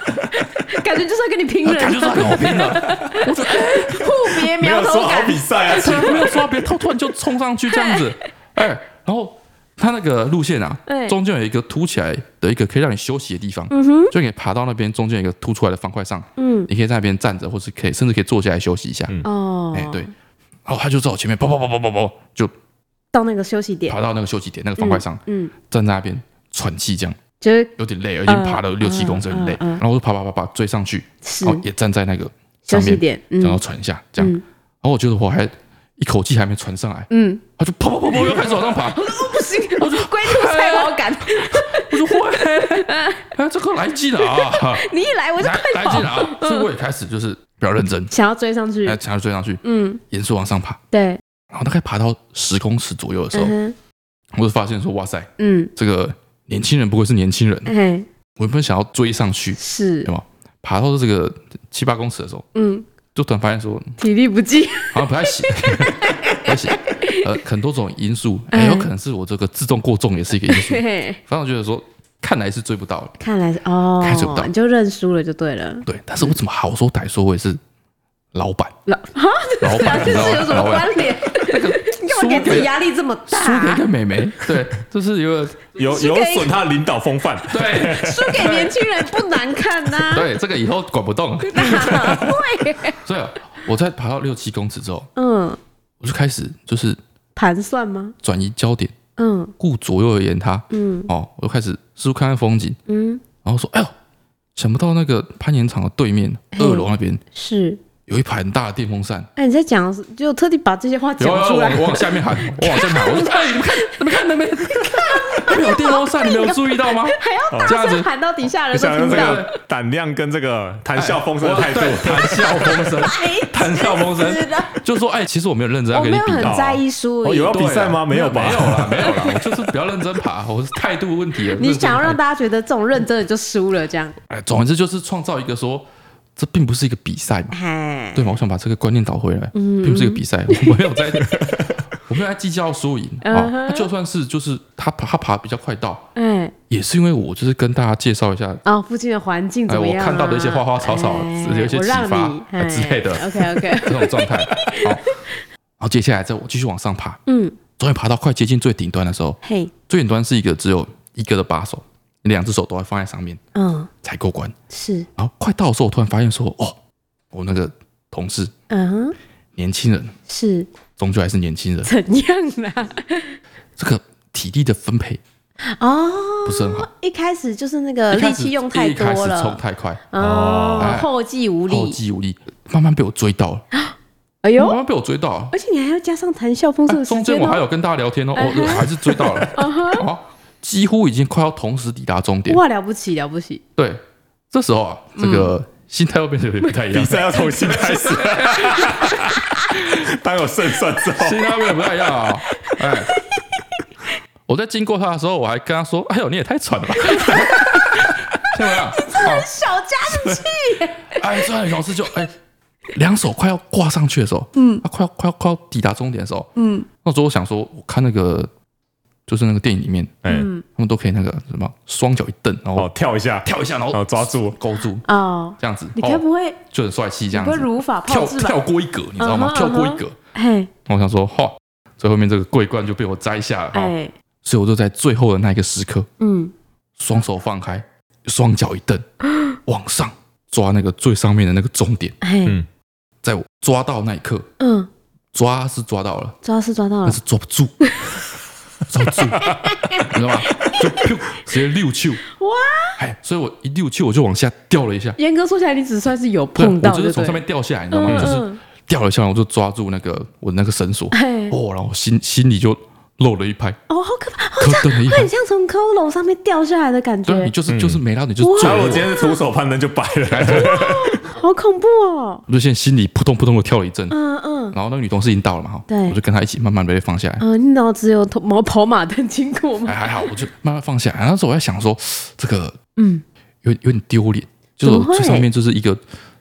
S1: 感觉就是要跟你拼
S2: 他哎
S1: 人，
S2: 感觉是很好拼的。我就 哎，
S1: 互别
S3: 没
S1: 苗
S3: 有
S1: 头
S3: 说好
S1: 感
S3: 比。赛啊，
S2: 没有说别，他突然就冲上去这样子，哎，然后它那个路线啊
S1: 哎，
S2: 中间有一个凸起来的一个可以让你休息的地方，
S1: 嗯哼，
S2: 就你可以爬到那边中间有一个凸出来的方块上，
S1: 嗯，
S2: 你可以在那边站着，或是可以甚至可以坐下来休息一下。
S1: 哦，
S2: 哎，对，然后他就在我前面，跑跑跑跑跑跑，就
S1: 到那个休息点，
S2: 爬到那个休息点那个方块上，
S1: 嗯，
S2: 站在那边喘气，这样
S1: 就是
S2: 有点累，已经爬了
S1: 嗯
S2: 六七公尺，
S1: 嗯
S2: 很累。
S1: 嗯嗯
S2: 然后我就爬爬爬爬追上去，
S1: 是
S2: 然后也站在那个
S1: 休
S2: 上
S1: 息
S2: 面，
S1: 点，嗯
S2: 然后喘一下，这样。
S1: 嗯
S2: 然后我觉得我还一口气还没喘上来，
S1: 嗯，
S2: 他就跑跑跑跑又开始往上爬，
S1: 哦不行，我就龟兔赛跑感，
S2: 我说会，哎，这个来劲 了啊！
S1: 你一来我就
S2: 来
S1: 快
S2: 来劲
S1: 跑，
S2: 了啊！所以我也开始就是比较认真，
S1: 想要追上去
S2: 哎，，想要追上去，
S1: 嗯，
S2: 严肃往上爬。
S1: 对，
S2: 然后大概爬到十公尺左右的时候
S1: 嗯，哼，
S2: 我就发现说，哇塞，
S1: 嗯，
S2: 这个年轻人不愧是年轻人，
S1: 哎，
S2: 我原本想要追上去，
S1: 是
S2: 对，吗？爬到这个七八公尺的时候，
S1: 嗯，
S2: 就突然发现说，
S1: 体力不 济，
S2: 好像不太行，不太行。呃，很多种因素，
S1: 嗯
S2: 哎，有可能是我这个自重过重也是一个因素。
S1: 嘿
S2: 反正我觉得说，看来是追不到了。
S1: 看来是哦
S2: 开始不到，
S1: 你就认输了就对 了，
S2: 对，但是我怎么好说歹说，我也是老板，
S1: 老哈，
S2: 老
S1: 这
S2: 板，
S1: 两
S2: 你
S1: 件
S2: 知道
S1: 事
S2: 吗
S1: 有什么
S2: 老板
S1: 关联？你干嘛给自己压力这么
S2: 输给一
S1: 大？
S2: 个美眉，对，就是有个
S3: 有有损他领导风范。
S2: 对
S1: 输给年轻人不难看呐，
S2: 对，这个以后管不动。
S1: 哪会？
S2: 所以我在爬到六七公尺之后，
S1: 嗯，
S2: 我就开始就是
S1: 盘算吗？
S2: 转移焦点，
S1: 嗯
S2: 顾左右而言他。
S1: 嗯
S2: 哦，我就开始四处看看风景，
S1: 嗯，
S2: 然后说：“哎呦，想不到那个攀岩场的对面
S1: 嘿
S2: 二楼那边
S1: 是。
S2: 有一排很大的电风扇。”
S1: 哎，你在讲，就特地把这些话讲
S2: 然后
S1: 出
S2: 我
S1: 来，
S2: 往往 下面喊，我往下面喊，我说：“哎，你们看，你们看那边，那边有电风扇，你们有注意到吗？”
S1: 还要大
S2: 这样
S1: 声
S2: 子
S1: 喊到底下人
S3: 我
S1: 都
S3: 想用
S1: 听
S3: 这
S1: 到。
S3: 个胆量跟这个谈笑风生的态度，
S2: 哎对谈笑风生， 谈笑风
S1: 是
S2: 生
S1: 的，
S2: 就说：“哎，其实我没有认真要
S1: 哎我
S2: 跟
S1: 没
S2: 你
S1: 有
S2: 比
S1: 很
S2: 到。”啊
S1: 在意输
S3: 哦
S1: 赢
S3: 有，要比赛吗？没
S2: 有
S3: 有吧？
S2: 没有啦，没有啦，我就是比较认真爬，我是态度问题了。
S1: 你
S2: 认真
S1: 想要
S2: 爬
S1: 让大家觉得这种认真的就输了，这样。
S2: 哎，总而言之就是创造一个说，这并不是一个比赛嘛，
S1: 哎，
S2: 对吗？我想把这个观念导回来，并不是一个比赛，我没有在，我没有在计较输赢啊
S1: 嗯。哼
S2: 那就算是就是他爬他爬比较快到，
S1: 哎，
S2: 也是因为我就是跟大家介绍一下。
S1: 哦，附近的环境怎
S2: 哎，
S1: 么
S2: 我
S1: 样啊？
S2: 看到的一些花花草草，
S1: 哎
S2: 有一些
S1: 我
S2: 启
S1: 让
S2: 发
S1: 你
S2: 哎之类的
S1: OK OK，
S2: 这种状态。好，然后接下来再我继续往上爬，
S1: 嗯，
S2: 终于爬到快接近最顶端的时候，
S1: 嘿，
S2: 最顶端是一个只有一个的把手，两只手都要放在上面
S1: 嗯，
S2: 才过关。
S1: 是，
S2: 然后快到的时候，我突然发现说，哦，我那个同事
S1: 嗯，
S2: 年轻人，
S1: 是
S2: 终究还是年轻人，
S1: 怎样啊啦？
S2: 这个体力的分配
S1: 哦，
S2: 不是很好，
S1: 一开始就是那个
S2: 一开
S1: 力
S2: 始
S1: 气用太
S2: 一开
S1: 多
S2: 始冲
S1: 了，
S2: 太快，
S1: 哦
S2: 哎，
S1: 后继无
S2: 后
S1: 力。
S2: 继无力，慢慢被我追到了，
S1: 哎
S2: 慢
S1: 呦，
S2: 慢被我追到了。
S1: 而且你还要加上谈笑风生
S2: 哎
S1: 的时
S2: 中
S1: 间
S2: 间我还
S1: 哦。
S2: 有跟大家聊天哦，
S1: 嗯哼嗯
S2: 我还是追到 了，哦，几乎已经快要同时抵达终点。
S1: 哇，了不起了不起！
S2: 对，这时候啊，这个
S1: 嗯
S2: 心态又变得有点不太一 样
S3: 比。赛要重新开始。当有胜算之后，
S2: 心态变得不太一样啊！哎，我在经过他的时候，我还跟他说：“哎呦，你也太喘了吧！” 怎么样？啊，
S1: 小家子气，
S2: 哎，这位老师就哎，两手快要挂上去的时候，嗯，他快要快要快要抵达终点的时候，嗯，那时候我想说，我看那个就是那个电影里面，
S3: 哎，
S2: 他们都可以那个什么，双脚一蹬，然
S3: 哦
S2: 后，
S3: 跳一下，
S2: 跳一下，然
S3: 然后
S2: 后
S3: 抓住，
S2: 勾住，
S1: 哦，
S2: 这样子，
S1: 你该
S2: 哦
S1: 不会
S2: 就很帅气这
S1: 你
S2: 样
S1: 会
S2: 子，
S1: 如法炮
S2: 跳
S1: 制吧？
S2: 跳过一格，你知道吗
S1: 嗯哼？
S2: 跳过
S1: 嗯哼
S2: 一格，
S1: 嘿，
S2: 然后我想说，嚯，最后面这个桂冠就被我摘下了，哦。
S1: 哎，
S2: 所以我就在最后的那一个时刻，
S1: 嗯，
S2: 双手放开，双脚一蹬，往上抓那个最上面的那个终点。
S1: 嘿，
S3: 嗯，
S2: 在我抓到那一刻，
S1: 嗯，
S2: 抓是抓到了，
S1: 抓是抓到
S2: 但
S1: 了
S2: 是，抓不 住，抓不住，你知道吗？就噗直接溜球，
S1: 哇！
S2: 哎，所以我一溜球我就往下掉了一下，
S1: 严格说起来，你只算是有
S2: 对，
S1: 碰
S2: 我
S1: 到，
S2: 就是
S1: 对
S2: 从
S1: 不
S2: 上
S1: 对
S2: 面掉下来，你知道吗？
S1: 嗯
S2: 就是掉了一下来，我就抓住那个我那个绳索，
S1: 嘿，
S2: 哦，然后我心心里就漏了一拍，
S1: 哦，好可怕，好
S2: 咯噔了一
S1: 会
S2: 拍
S1: 很，像从高楼上面掉下来的感
S2: 对啊，你
S1: 觉，
S2: 就是就是没到，你就
S1: 哇
S2: 坠
S3: 假如
S2: 落
S3: 我今。天是徒手攀登就白了，
S1: 好恐怖哦。
S2: 我就现在心里扑通扑通的跳了一阵，
S1: 嗯嗯
S2: 然后那个女同事已经到了嘛，哈，
S1: 对
S2: 我就跟她一起慢慢的被放下来，
S1: 嗯，你脑子有头毛跑马灯经过
S2: 还
S1: 吗？
S2: 还好，我就慢慢放下来。那时候我在想说，这个
S1: 嗯，
S2: 有有点丢脸，就是
S1: 怎么
S2: 我
S1: 会
S2: 最上面就是一个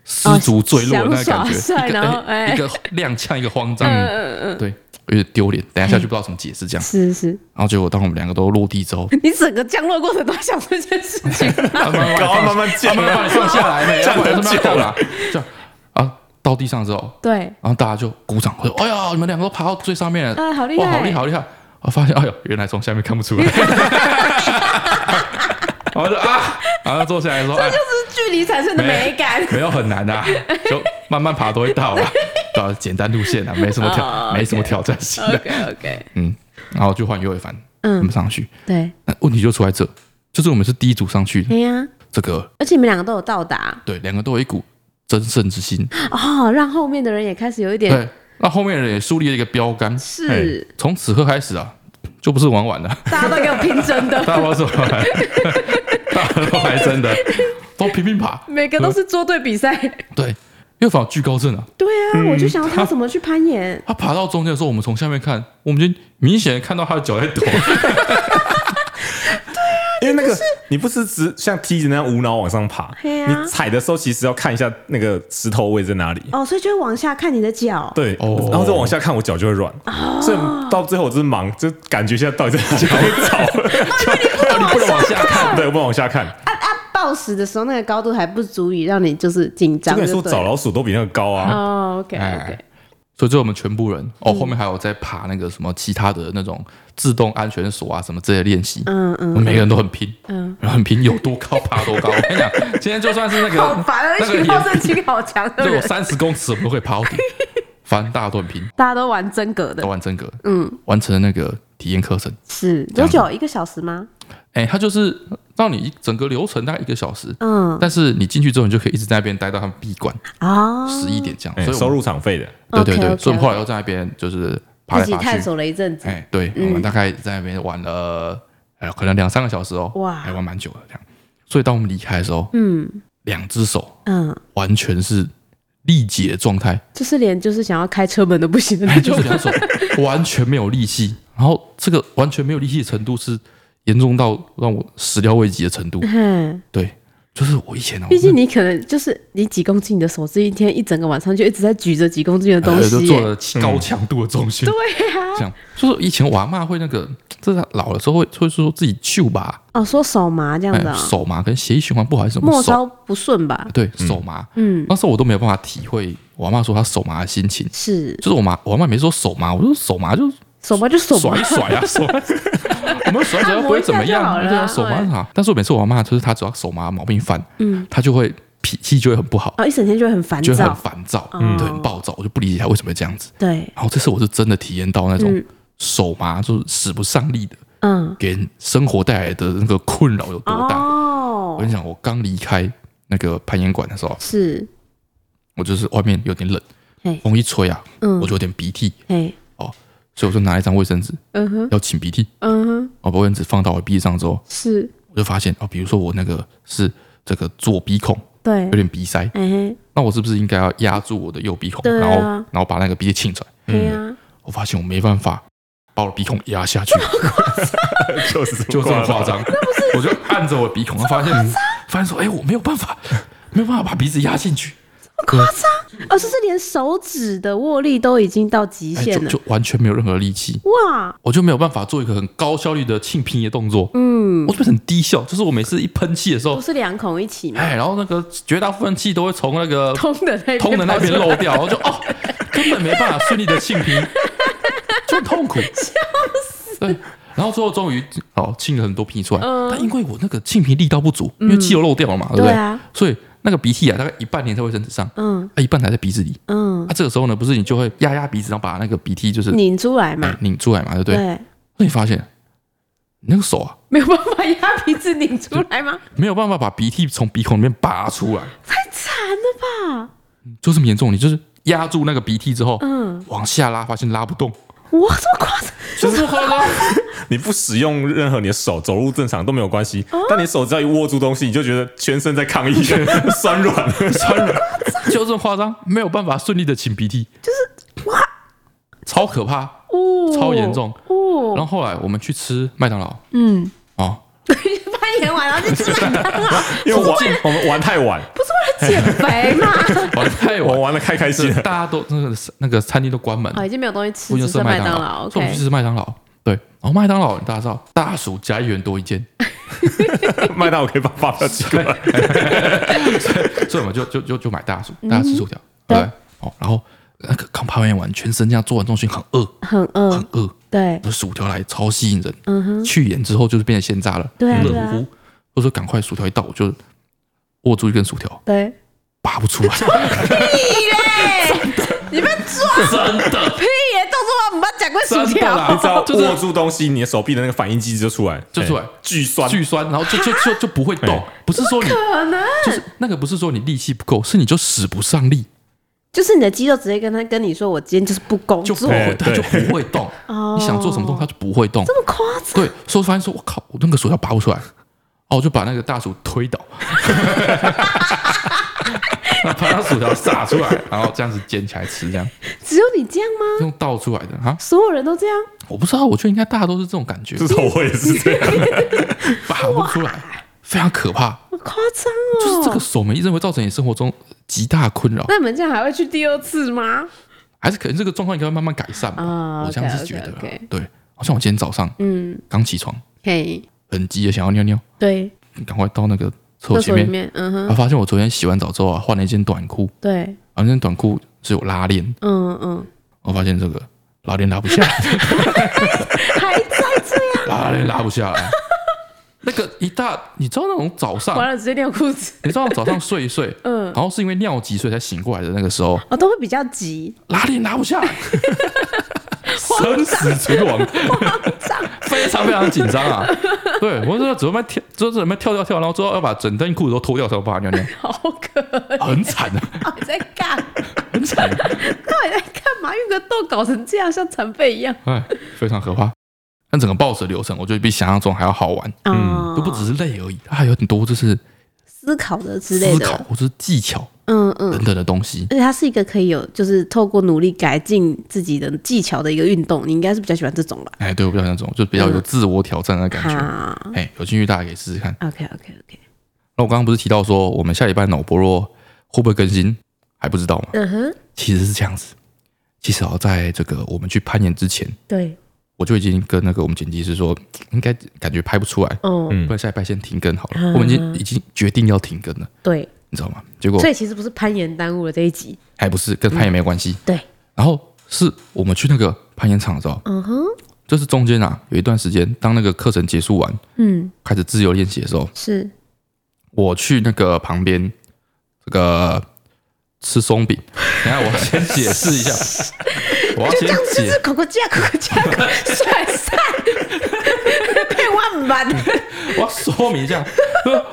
S2: 失足坠落的那个感
S1: 哦
S2: 觉，
S1: 想耍帅
S2: 一个
S1: 然后哎
S2: 一个踉跄，一个慌张，
S1: 嗯嗯嗯，
S2: 对，有点丢脸。等一下下去不知道怎么解释这样。
S1: 是是，
S2: 然后结果当我们两个都落地之后，
S1: 你整个降落过程都在想这件事 情，
S2: 慢慢
S3: 高
S2: 放
S3: 慢啊慢降
S2: 慢啊慢把你放下 来，没，
S3: 降
S2: 要不然
S3: 很
S2: 就慢慢
S3: 久
S2: 放啦这样啊，到地上之后，
S1: 对，
S2: 然后大家就鼓掌，说：“哎呀，你们两个都爬到最上面了，
S1: 哎好厉害
S2: 哇，好厉害，好厉害！”我发现，哎呦，原来从下面看不出 来。然后就啊，然后坐下来说，哎，
S1: 就是距离产生的美 感。
S2: 没有很 难的、啊，就慢慢爬都会到啊，对啊，简单路线啊，没什么挑
S1: 哦
S2: 没什么挑战性的。
S1: OK OK，
S2: 嗯，然后就换尤伟凡，我
S1: 嗯
S2: 们，上去，
S1: 对，
S2: 那问题就出在这，就是我们是第一组上去的，
S1: 哎呀，
S2: 这个
S5: 而且你们两个都有到达
S2: 对，两个都有一股争胜之心，
S1: 哦，让后面的人也开始有一点
S2: 对，那后面的人也树立了一个标杆，
S1: 是，
S2: 从此刻开始啊，就不是 玩玩的，
S1: 大家都给我拼真的，
S2: 大家都是玩玩，大家都还真的，都拼命爬，
S1: 每个都是作对比赛。
S2: 对，又反有惧高症啊，
S1: 对啊，我就想要他怎么去攀岩，
S2: 他爬到中间的时候，我们从下面看，我们就明显看到他的脚在抖，
S3: 因
S2: 哎
S3: 为那个你不是只像梯子那样无脑往上爬，
S1: 对啊
S3: 你踩的时候其实要看一下那个石头位在哪里。
S1: 哦，所以就会往下看你的脚。
S3: 对，
S2: 哦
S3: 然后再往下看，我脚就会软，所以到最后我就是忙，就感觉现在到底在哪里 找，
S2: 哦你不能往下看。
S3: 对，我不能往下看。
S1: 啊啊！暴食的时候那个高度还不足以让你就是紧
S3: 就
S1: 张，
S3: 跟你
S1: 就
S3: 说
S1: 对
S3: 找老鼠都比那个高啊，
S1: 哦，OK
S2: 哎
S1: OK，，
S2: 所以就我们全部人哦，
S1: 嗯
S2: 后面还有在爬那个什么其他的那种自动安全锁啊什么之类的练习，
S1: 嗯
S2: 我
S1: 嗯，
S2: 们每个人都很拼，
S1: 嗯，
S2: 然后很拼，有多高爬多 高。我跟你讲，今天就算是那
S1: 好
S2: 个
S1: 烦啊！
S2: 那
S1: 那
S2: 个
S1: 群好
S2: 也
S1: 胜心好强的
S2: 就有
S1: 人，
S2: 三十公尺，我们都会爬 到底，反正大家都很拼，
S1: 大家都玩真格
S2: 都
S1: 的，
S2: 完真格，
S1: 嗯，
S2: 完成了那个体验课程。
S1: 是
S2: 这
S1: 多
S2: 样子
S1: 久？一个小时吗？
S2: 哎，它就是让你一整个流程大概一个小时。
S1: 嗯，
S2: 但是你进去之后，你就可以一直在那边待到他们闭馆
S1: 哦，
S2: 十一点这样，
S3: 哎
S2: 所以我
S3: 收
S2: 们
S3: 入场费的。
S2: 对对对，
S1: OK，OK，OK
S2: 所以我们后来又在那边就是
S1: 自
S2: 爬来
S1: 己嗯
S2: 爬
S1: 探
S2: 去，
S1: 索了一阵子，
S2: 哎，对，我们大概在那边玩了，呃，可能两三个小时哦，
S1: 哇
S2: 还玩蛮久的这样。所以当我们离开的时候，
S1: 嗯
S2: 两只手
S1: 嗯，
S2: 完全是力竭的状态，
S1: 就是连就是想要开车门都不行的那
S2: 就
S1: 种
S2: 是，两手完全没有力气，然后这个完全没有力气的程度是严重到让我始料未及的程度。
S1: 嗯，
S2: 对，就是我以前哦，
S1: 毕竟你可能就是你几公斤，你的手指一天一整个晚上就一直在举着几公斤的东
S2: 呃
S1: 西 耶，
S2: 就做了高强度的重训，
S1: 对啊，
S2: 这样就是以前我阿嬷会那个，这是老了之后会会说自己揪吧，
S1: 哦，说手麻这样
S2: 哎
S1: 子啊，
S2: 手麻跟血液循环不好还是什么
S1: 末
S2: 手？
S1: 梢不顺吧？
S2: 对手麻，
S1: 嗯，
S2: 那时候我都没有办法体会我阿妈说她手麻的心情，
S1: 是
S2: 就是我妈我阿妈没说手麻，我说手麻就
S1: 手麻就手麻
S2: 甩一甩啊，手，我们甩一甩又不会怎么样，
S1: 按摩一下就好了啊
S2: 对啊，手麻是好。但是我每次我阿妈就是她只要手麻毛病犯，嗯，她就会脾气就会很不好，
S1: 哦，一整天就会很烦
S2: 就会很
S1: 躁，
S2: 烦躁，嗯，对，很暴躁，我就不理解她为什么会这样子。
S1: 对，
S2: 然后这次我是真的体验到那种
S1: 嗯
S2: 手麻就是使不上力的，
S1: 嗯，
S2: 给人生活带来的那个困扰有多大。我
S1: 哦
S2: 跟，你讲，我刚离开那个攀岩馆的时候，
S1: 是，
S2: 我就是外面有点冷
S1: 嘿，
S2: 风一吹啊，
S1: 嗯
S2: 我就有点鼻涕，
S1: 哎，
S2: 所以我就拿一张卫生纸
S1: 嗯哼，
S2: 要擤鼻涕。哦
S1: 嗯哼，
S2: 我把卫生纸放到我鼻子上之后，
S1: 是，
S2: 我就发现哦，比如说我那个是这个左鼻孔
S1: 对
S2: 有，点鼻塞，
S1: 哎嘿，
S2: 那我是不是应该要压住我的右鼻孔，
S1: 对啊
S2: 然后然后把那个鼻涕沁出来？
S1: 对呀，
S2: 我发现我没办法把我的鼻孔压 下去，
S3: 就是
S2: 就这么夸张。我就按着我的鼻孔，发现 发现说，哎，我没有办法，没有办法把鼻子压进去。
S1: 夸张，哦，就是连手指的握力都已经到极
S2: 哎，
S1: 限
S2: 就
S1: 了，
S2: 就完全没有任何力气，
S1: 哇，
S2: 我就没有办法做一个很高效率的沁皮的动作，
S1: 嗯，
S2: 我就变成低效，就是我每次一喷气的时
S1: 不
S2: 候，
S1: 是两孔一起吗？
S2: 哎，然后那个绝大部分气都会从那个
S1: 通的那边
S2: 通的那边
S1: 跑出来
S2: 漏掉，然后就哦，根本没办法顺利的沁皮， 就很痛苦，笑死。对，然后最后终于哦沁了很多皮出来，
S1: 嗯
S2: 但因为我那个沁皮力道不足，因为气都漏掉了嘛，对不
S1: 对
S2: 嗯对？
S1: 啊
S2: 所以那个鼻涕啊，大概一半粘在卫生纸上，
S1: 嗯
S2: 啊一半还在鼻子里。
S1: 嗯，
S2: 啊，这个时候呢，不是你就会压压鼻子，然后把那个鼻涕就是
S1: 拧出来嘛
S2: 哎，拧出来嘛，对不对？
S1: 对，
S2: 那你发现你那个手啊，
S1: 没有办法压鼻子拧出来 吗？
S2: 没有办法把鼻涕从鼻孔里面拔出来，
S1: 太惨了吧！
S2: 就这么严重。你就是压住那个鼻涕之后，
S1: 嗯，
S2: 往下拉，发现拉不动，
S1: 哇，这么夸张！
S2: 就是
S3: 你不使用任何你的手，走路正常都没有关系，
S2: 哦
S3: 但你手只要一握住东西，你就觉得全身在 抗议，酸软了。
S2: 穿软，就这么夸张，没有办法顺利的擤鼻涕，就是
S1: 哇，
S2: 超可怕。
S1: 哦，
S2: 超严重然
S1: 哦，
S2: 后后来我们去吃麦当劳
S1: 嗯，
S2: 哦，
S1: 攀岩完然后就吃麦当劳，
S3: 因为玩我们玩太晚，
S1: 不是为了减肥嘛？
S2: 玩太
S3: 我
S2: 晚，
S3: 玩的开开心
S2: 是。大家都那个那个餐厅都关门，
S1: 哦，已经没有东西吃，
S2: 附近
S1: 只
S2: 是
S1: 剩
S2: 麦
S1: 麦
S2: 当
S1: 当
S2: 劳，所以我们去
S1: ，OK，
S2: 吃麦当劳。对，然后麦当劳大家知道，大薯加一元多一件，
S3: 麦当劳可以把发票寄过来，
S2: 所以我们就就就就买大薯，
S1: 嗯
S2: 大家吃薯条，对不对，哦，然后那个刚爬完完，全身这样做完重训很饿，
S1: 很
S2: 很
S1: 饿，
S2: 饿，
S1: 对，
S2: 那薯条来超吸引人，
S1: 嗯
S2: 去盐之后就是变成鲜榨了，
S1: 对啊
S2: 热
S1: 对啊
S2: 乎乎。我说赶快薯条一到，我就握住一根薯条，
S1: 对，
S2: 拔不出来，
S1: 你们抓
S2: 真的，
S1: 屁耶！动作我们班讲过薯
S2: 真的
S1: 条，
S2: 啦
S3: 你只要
S2: 就是
S3: 握住东西，你的手臂的那个反应机制就出来，
S2: 就出来
S3: 哎巨酸。
S2: 巨酸，然后就就就就不会动
S3: 哎。
S2: 不是说你
S1: 可能
S2: 就是那个，不是说你力气不够，是你就使不上力，
S1: 就是你的肌肉直接跟他跟你说，我今天就是不工
S2: 就不
S1: 作，
S2: 会
S3: 对，
S2: 它就不会动。
S1: 哦
S2: 你想做什么动，它就不会动。
S1: 这么夸张？
S2: 对，所以我发现说，我靠，我那个薯条拔不出来，哦，我就把那个大薯推倒， 把它薯条撒出来，然后这样子捡起来吃，这样
S1: 只有你这样吗？
S2: 用倒出来的哈，
S1: 所有人都这样？
S2: 我不知道，我觉得应该大家都是这种感觉，
S3: 至少我也是这样，
S2: 拔不出来，非常可怕，
S1: 好夸张哦！
S2: 就是这个手没医症会造成你生活中极大的困扰，
S1: 那你们这样还会去第二次吗？
S2: 还是可能这个状况应该会慢慢改善吧，
S1: 啊
S2: 我这样是觉得啦
S1: OK，OK，OK
S2: 对，好像我今天早上
S1: 嗯，
S2: 刚起床，
S1: 嘿，
S2: 很急的想要尿尿，
S1: 对，
S2: 赶快到那个
S1: 厕
S2: 厕所
S1: 所
S2: 前
S1: 里
S2: 面，
S1: 面，嗯哼，
S2: 然后发现我昨天洗完澡之后啊，换了一件短裤。啊
S1: 对，
S2: 然后那件短裤是有拉链，
S1: 嗯嗯，
S2: 我发现这个拉链拉不 下来，
S1: 还在这样，
S2: 拉链拉不下来。那个一大，你知道那种早上，
S1: 完了直接尿裤子，
S2: 你知道早上睡一睡，
S1: 嗯
S2: 然后是因为尿急所以才醒过来的那个时候，
S1: 哦，都会比较急，
S2: 拉链拉 不下来，生死存亡，非常非常紧张 啊！对我这怎么跳，就怎么跳跳跳，然后最后要把整件裤子都脱掉才有办法尿尿，
S1: 好可爱，
S2: 很惨啊，
S1: 到底在干？
S2: 很惨，啊
S1: 到底在干嘛？运个豆搞成这样，像残废一样
S2: 哎，非常可怕。但整个暴食流程，我觉得比想象中还要好玩。
S1: 啊
S2: 嗯都不只是累而已，它还有很多就是
S1: 思考的之类
S2: 思考
S1: 的，
S2: 或是技巧
S1: 嗯嗯
S2: 等。等的东西。
S1: 而且它是一个可以有，就是透过努力改进自己的技巧的一个运动，你应该是比较喜欢这种吧？
S2: 哎，对我比较那种，就比较有自我挑战的感觉。
S1: 哈
S2: 哎，有兴趣大家可以试试看。
S1: ，OK OK OK，
S2: 那我刚刚不是提到说，我们下礼拜脑波弱会不会更新还不知道吗？
S1: 嗯哼，
S2: 其实是这样子，其实哦，在这个我们去攀岩之前，
S1: 对，
S2: 我就已经跟那个我们剪辑师说，应该感觉拍不出来，
S1: 哦，
S2: 不然下礼拜先停更好
S1: 啊
S2: 了。我们已经已经决定要停更了，
S1: 对，
S2: 你知道吗？结果
S1: 所以嗯其实不是攀岩耽误了这一集，
S2: 还不是跟攀岩没关系。
S1: 对，
S2: 然后是我们去那个攀岩场的时候，
S1: 嗯哼，
S2: 就是中间啊，有一段时间，当那个课程结束完，
S1: 嗯，
S2: 开始自由练习的时候，
S1: 是，
S2: 我去那个旁边这个吃松饼。等一下我先解 释一下，我要
S1: 就这
S2: 先
S1: 样子，就
S2: 解
S1: 是，口口 架，口口架，口甩散，被万满，
S2: 我要说明一下，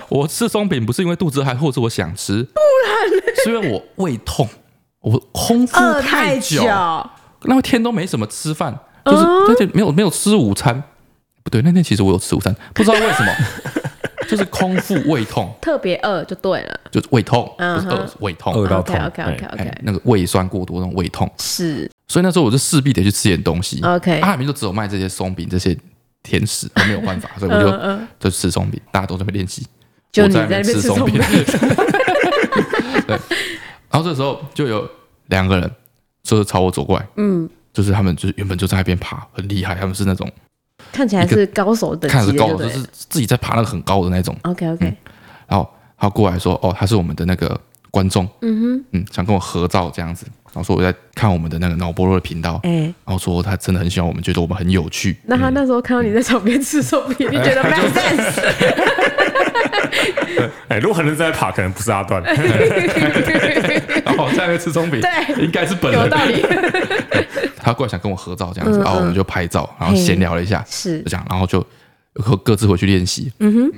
S2: 我吃松饼不是因为肚子饿，还或者我想吃，不然是因为我胃痛，我空腹
S1: 饿
S2: 太久，
S1: 久嗯
S2: 那天都没什么吃饭，就是那天没有没有吃午餐，不对，那天其实我有吃午餐，不知道为什么， 就是空腹胃痛。
S1: 特别饿就对了
S2: 就是胃痛，不
S1: 嗯
S2: 是
S1: 哼
S2: 饿，是胃痛，
S3: 饿到
S1: ，OK
S3: 痛
S1: OK OK
S2: 哎
S1: OK，
S2: 那个胃酸过多那种胃痛，
S1: 是
S2: 所以那时候我就势必得去吃点东西。
S1: OK，
S2: 阿里面就只有卖这些松饼这些甜食，我没有办法，所以我
S1: 嗯
S2: 就
S1: 嗯，
S2: 就吃松饼，大家都在那边练习，
S1: 就
S2: 我
S1: 你
S2: 在那
S1: 在那边
S2: 吃
S1: 吃
S2: 松
S1: 松
S2: 饼
S1: 饼，。
S2: 对，然后这时候就有两个人就是朝我走过来，
S1: 嗯，
S2: 就是他们就是原本就在那边爬，很厉害，他们是那种
S1: 看起来是高手等
S2: 看
S1: 级
S2: 着
S1: 的，
S2: 高
S1: 就
S2: 的，
S1: 对
S2: 就是自己在爬那个很高的那种。
S1: OK OK，
S2: 然后他过来说：“哦，他是我们的那个观众，
S1: 嗯
S2: 嗯，想跟我合照这样子。”然后说我在看我们的那个脑波弱的频道
S1: 哼，，哎。
S2: 然后说他真的很喜欢我们，觉得我们很有趣。
S1: 那他那时候看到你在场边吃松饼，你觉得 make
S2: 嗯
S1: sense？
S3: 哎，如果很认真在爬，可能不是阿段，
S2: 哎然后哦在那边吃松 饼，
S1: 对
S2: 应该是本
S1: 有
S2: 人。
S1: 道理，
S2: 他过来想跟我合照这样子，然后我们就拍照，然后
S1: 嗯嘿
S2: 闲聊了一下，
S1: 是
S2: 就，这样，然后就各各自回去练习。嗯哼。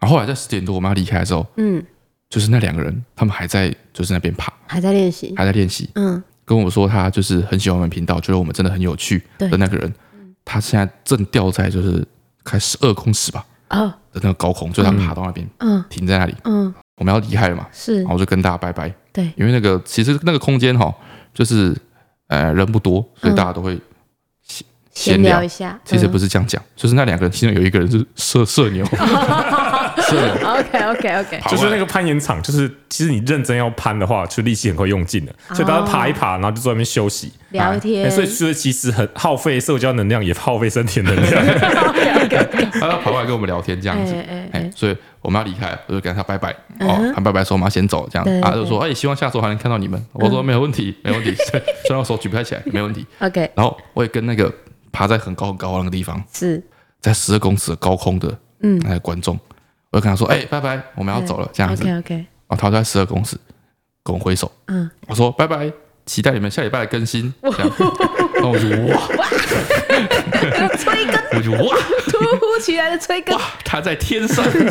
S2: 然后后来在十点多我们要离开的时候，
S1: 嗯，
S2: 就是那两个人他们还在就是那边爬，
S1: 还在练习，
S2: 还在练习，
S1: 嗯，
S2: 跟我说他就是很喜欢我们频道，觉得我们真的很有趣
S1: 对
S2: 的那个人，他现在正掉在就是开始二空尺吧
S1: 哦，
S2: 的那个高空，就是他爬到那边
S1: 嗯
S2: 停在那里，
S1: 嗯，
S2: 我们要离开了嘛，
S1: 是
S2: 然，后我就跟大家拜拜，
S1: 对，
S2: 因为那个其实那个空间哈，就是呃人不多，所以大家都会。闲
S1: 闲
S2: 聊
S1: 聊一下，
S2: 其实不是这样讲，就是那两个人其中有一个人是社社 牛，
S1: 嗯
S2: 社 牛
S1: OK OK OK，
S3: 就是那个攀岩场，就是其实你认真要攀的话，就力气很快用尽了，所以大家爬一爬，然后就坐在那边休息
S1: 聊天
S3: 哎所以所以其实很耗费社交能量，也耗费身体能量。
S2: 他要跑过来跟我们聊天这样子
S1: 哎哎，嗯
S2: 哎，所以我们要离开了，我就跟他拜拜，哦，他拜拜说我们要先走这样
S1: 对，
S2: 啊，
S1: 对嗯
S2: 就说哎，希望下周还能 看到你们，我说没有问题，没有问题，虽然我手举不太起来，没问题。
S1: OK，
S2: 然后我也跟那个爬在很高很高的那个地方，
S5: 是
S2: 在十二公尺的高空的
S1: 嗯
S2: 那些观众，我就跟他说：“哎、拜拜，我们要走了。”这样子，
S1: OK OK，
S2: 然后他就在十二公尺跟我挥手，
S1: 嗯，
S2: 我说：“拜拜，期待你们下礼拜的更新。”这样，然后我就哇，
S1: 催更，
S2: 我就哇
S1: 突如其来的催更
S2: 哇，，他在天上，
S3: 而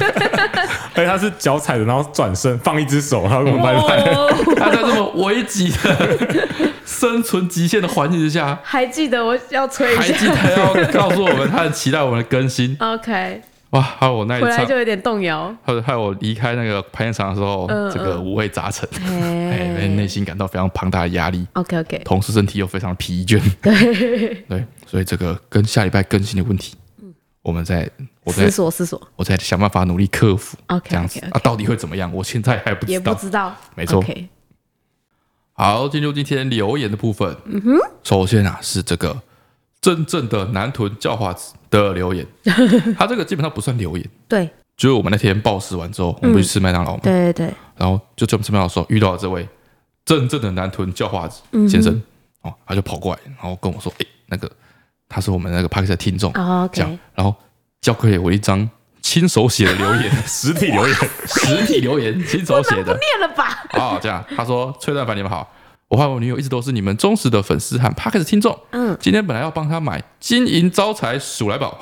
S3: 且哎他是脚踩着，然后转身放一只手，然后跟我拜拜。
S1: 哦，
S2: 他在这么危急的生存极限的环境之下，
S1: 还记得我要催一
S2: 还记
S1: 下。
S2: 得要告诉我们他很期待我们的更新。
S1: OK，
S2: 哇，还有我那一
S1: 回来
S2: 场
S1: 就，有点动摇。
S2: 还有还有我离开那个排练场的时候，
S1: 嗯
S2: 这个五味杂陈，哎，
S1: 哎
S2: 内心感到非常庞大的压力，
S1: OK OK，
S2: 同时身体又非常疲倦。
S1: 对， 嗯
S2: 对，所以这个跟下礼拜更新的问题，我们在我在
S1: 思索思索，
S2: 我在想办法努力克服。
S1: OK，
S2: 这样子
S1: OK，OK
S2: 啊，到底会怎么样？我现在还不
S1: 也
S2: 知
S1: 不
S2: 道。
S1: 知道。
S2: 没错
S1: OK，
S2: 好，进入今天留言的部分。嗯哼，首先啊是这个真正的男屯教化子的留 言，他这个基本上不算留言，
S5: 对
S2: 就是我们那天暴食完之后，我们不
S1: 嗯
S2: 是去吃麦当劳嘛，
S5: 对对对，
S2: 然后就专门吃麦当劳的时候遇到了这位真正的男屯教化子
S1: 嗯
S2: 先生，哦，他就跑过来，然后跟我说：“哎、那个他是我们那个 p a r k 的听
S1: 啊
S2: 众，
S5: 哦
S2: 这样
S5: OK，，
S2: 然后交给我一张亲手写的留言，
S3: 实体留言，
S2: 实体留言，亲手写的
S1: 念了吧？
S2: 啊、这样他说：“崔蛋凡，你们好，我和我女友一直都是你们忠实的粉丝和 p a r k 的听众。
S5: 嗯，
S2: 今天本来要帮他买金银招财鼠来宝，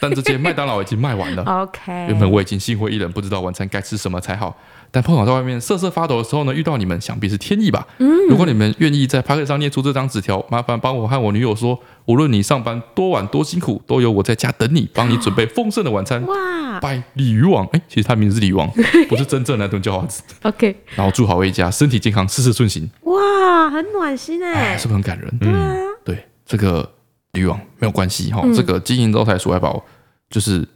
S2: 但这间麦当劳已经卖完
S1: 哦
S2: 了。
S5: OK，
S2: 原本我已经心灰意冷，不知道晚餐该吃什么才好。但碰巧在外面瑟瑟发抖的时候呢，遇到你们，想必是天意吧。
S1: 嗯
S2: 如果你们愿意在 p a c k e 上念出这张纸条，麻烦帮我和我女友说，无论你上班多晚多辛苦，都有我在家等你，帮你准备丰盛的晚餐。
S5: 哇，
S2: 拜鲤鱼王，哎、其实他名字是鲤 鱼王，不是真正的那种叫法子。
S1: OK，
S2: 然后祝好一家，身体健康，事事顺心。
S5: 哇，很暖心
S1: 欸
S2: 哎，
S5: 哎
S2: 是，不是很感人？嗯，对，这个鲤鱼王没有关系哈，
S1: 嗯
S2: 这个金银招财鼠来宝就是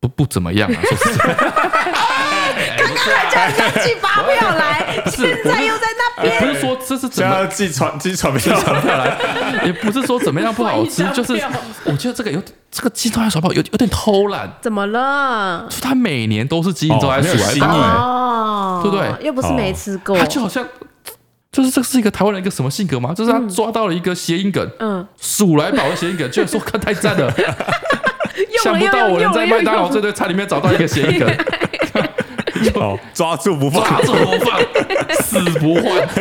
S2: 不不怎么样啊，说实在。
S1: 哎三句发票来，
S2: 不是，
S1: 现在又在那
S2: 也
S1: 边
S2: 不是
S3: 哎
S2: 说这是怎
S3: 现在要
S2: 么，
S3: 寄传寄传票，
S2: 也不是说怎么样不好吃
S1: 换，一张
S2: 就是
S1: 票
S2: 我觉得这个有这个鸡招来手包有有点偷懒，
S1: 怎么了？
S2: 就他每年都是鸡招来鼠来包，
S3: 哦没有心意
S1: 哦，
S2: 欸对不对
S1: 又不是没吃过
S2: 他，就好像就是这是一个台湾人一个什么性格吗？就是他抓到了一个谐音梗，
S1: 嗯，
S2: 鼠来宝的谐音梗，居然说看太赞 了，
S1: 用
S2: 想
S1: 了
S2: 不
S1: 又
S2: 到我能
S1: 用
S2: 在
S1: 了
S2: 麦
S1: 又
S2: 当劳
S1: 用
S2: 这
S1: 了，
S2: 堆菜里面找到一个谐音梗，
S3: 哦，抓住不放。
S2: 抓住不放，死不换，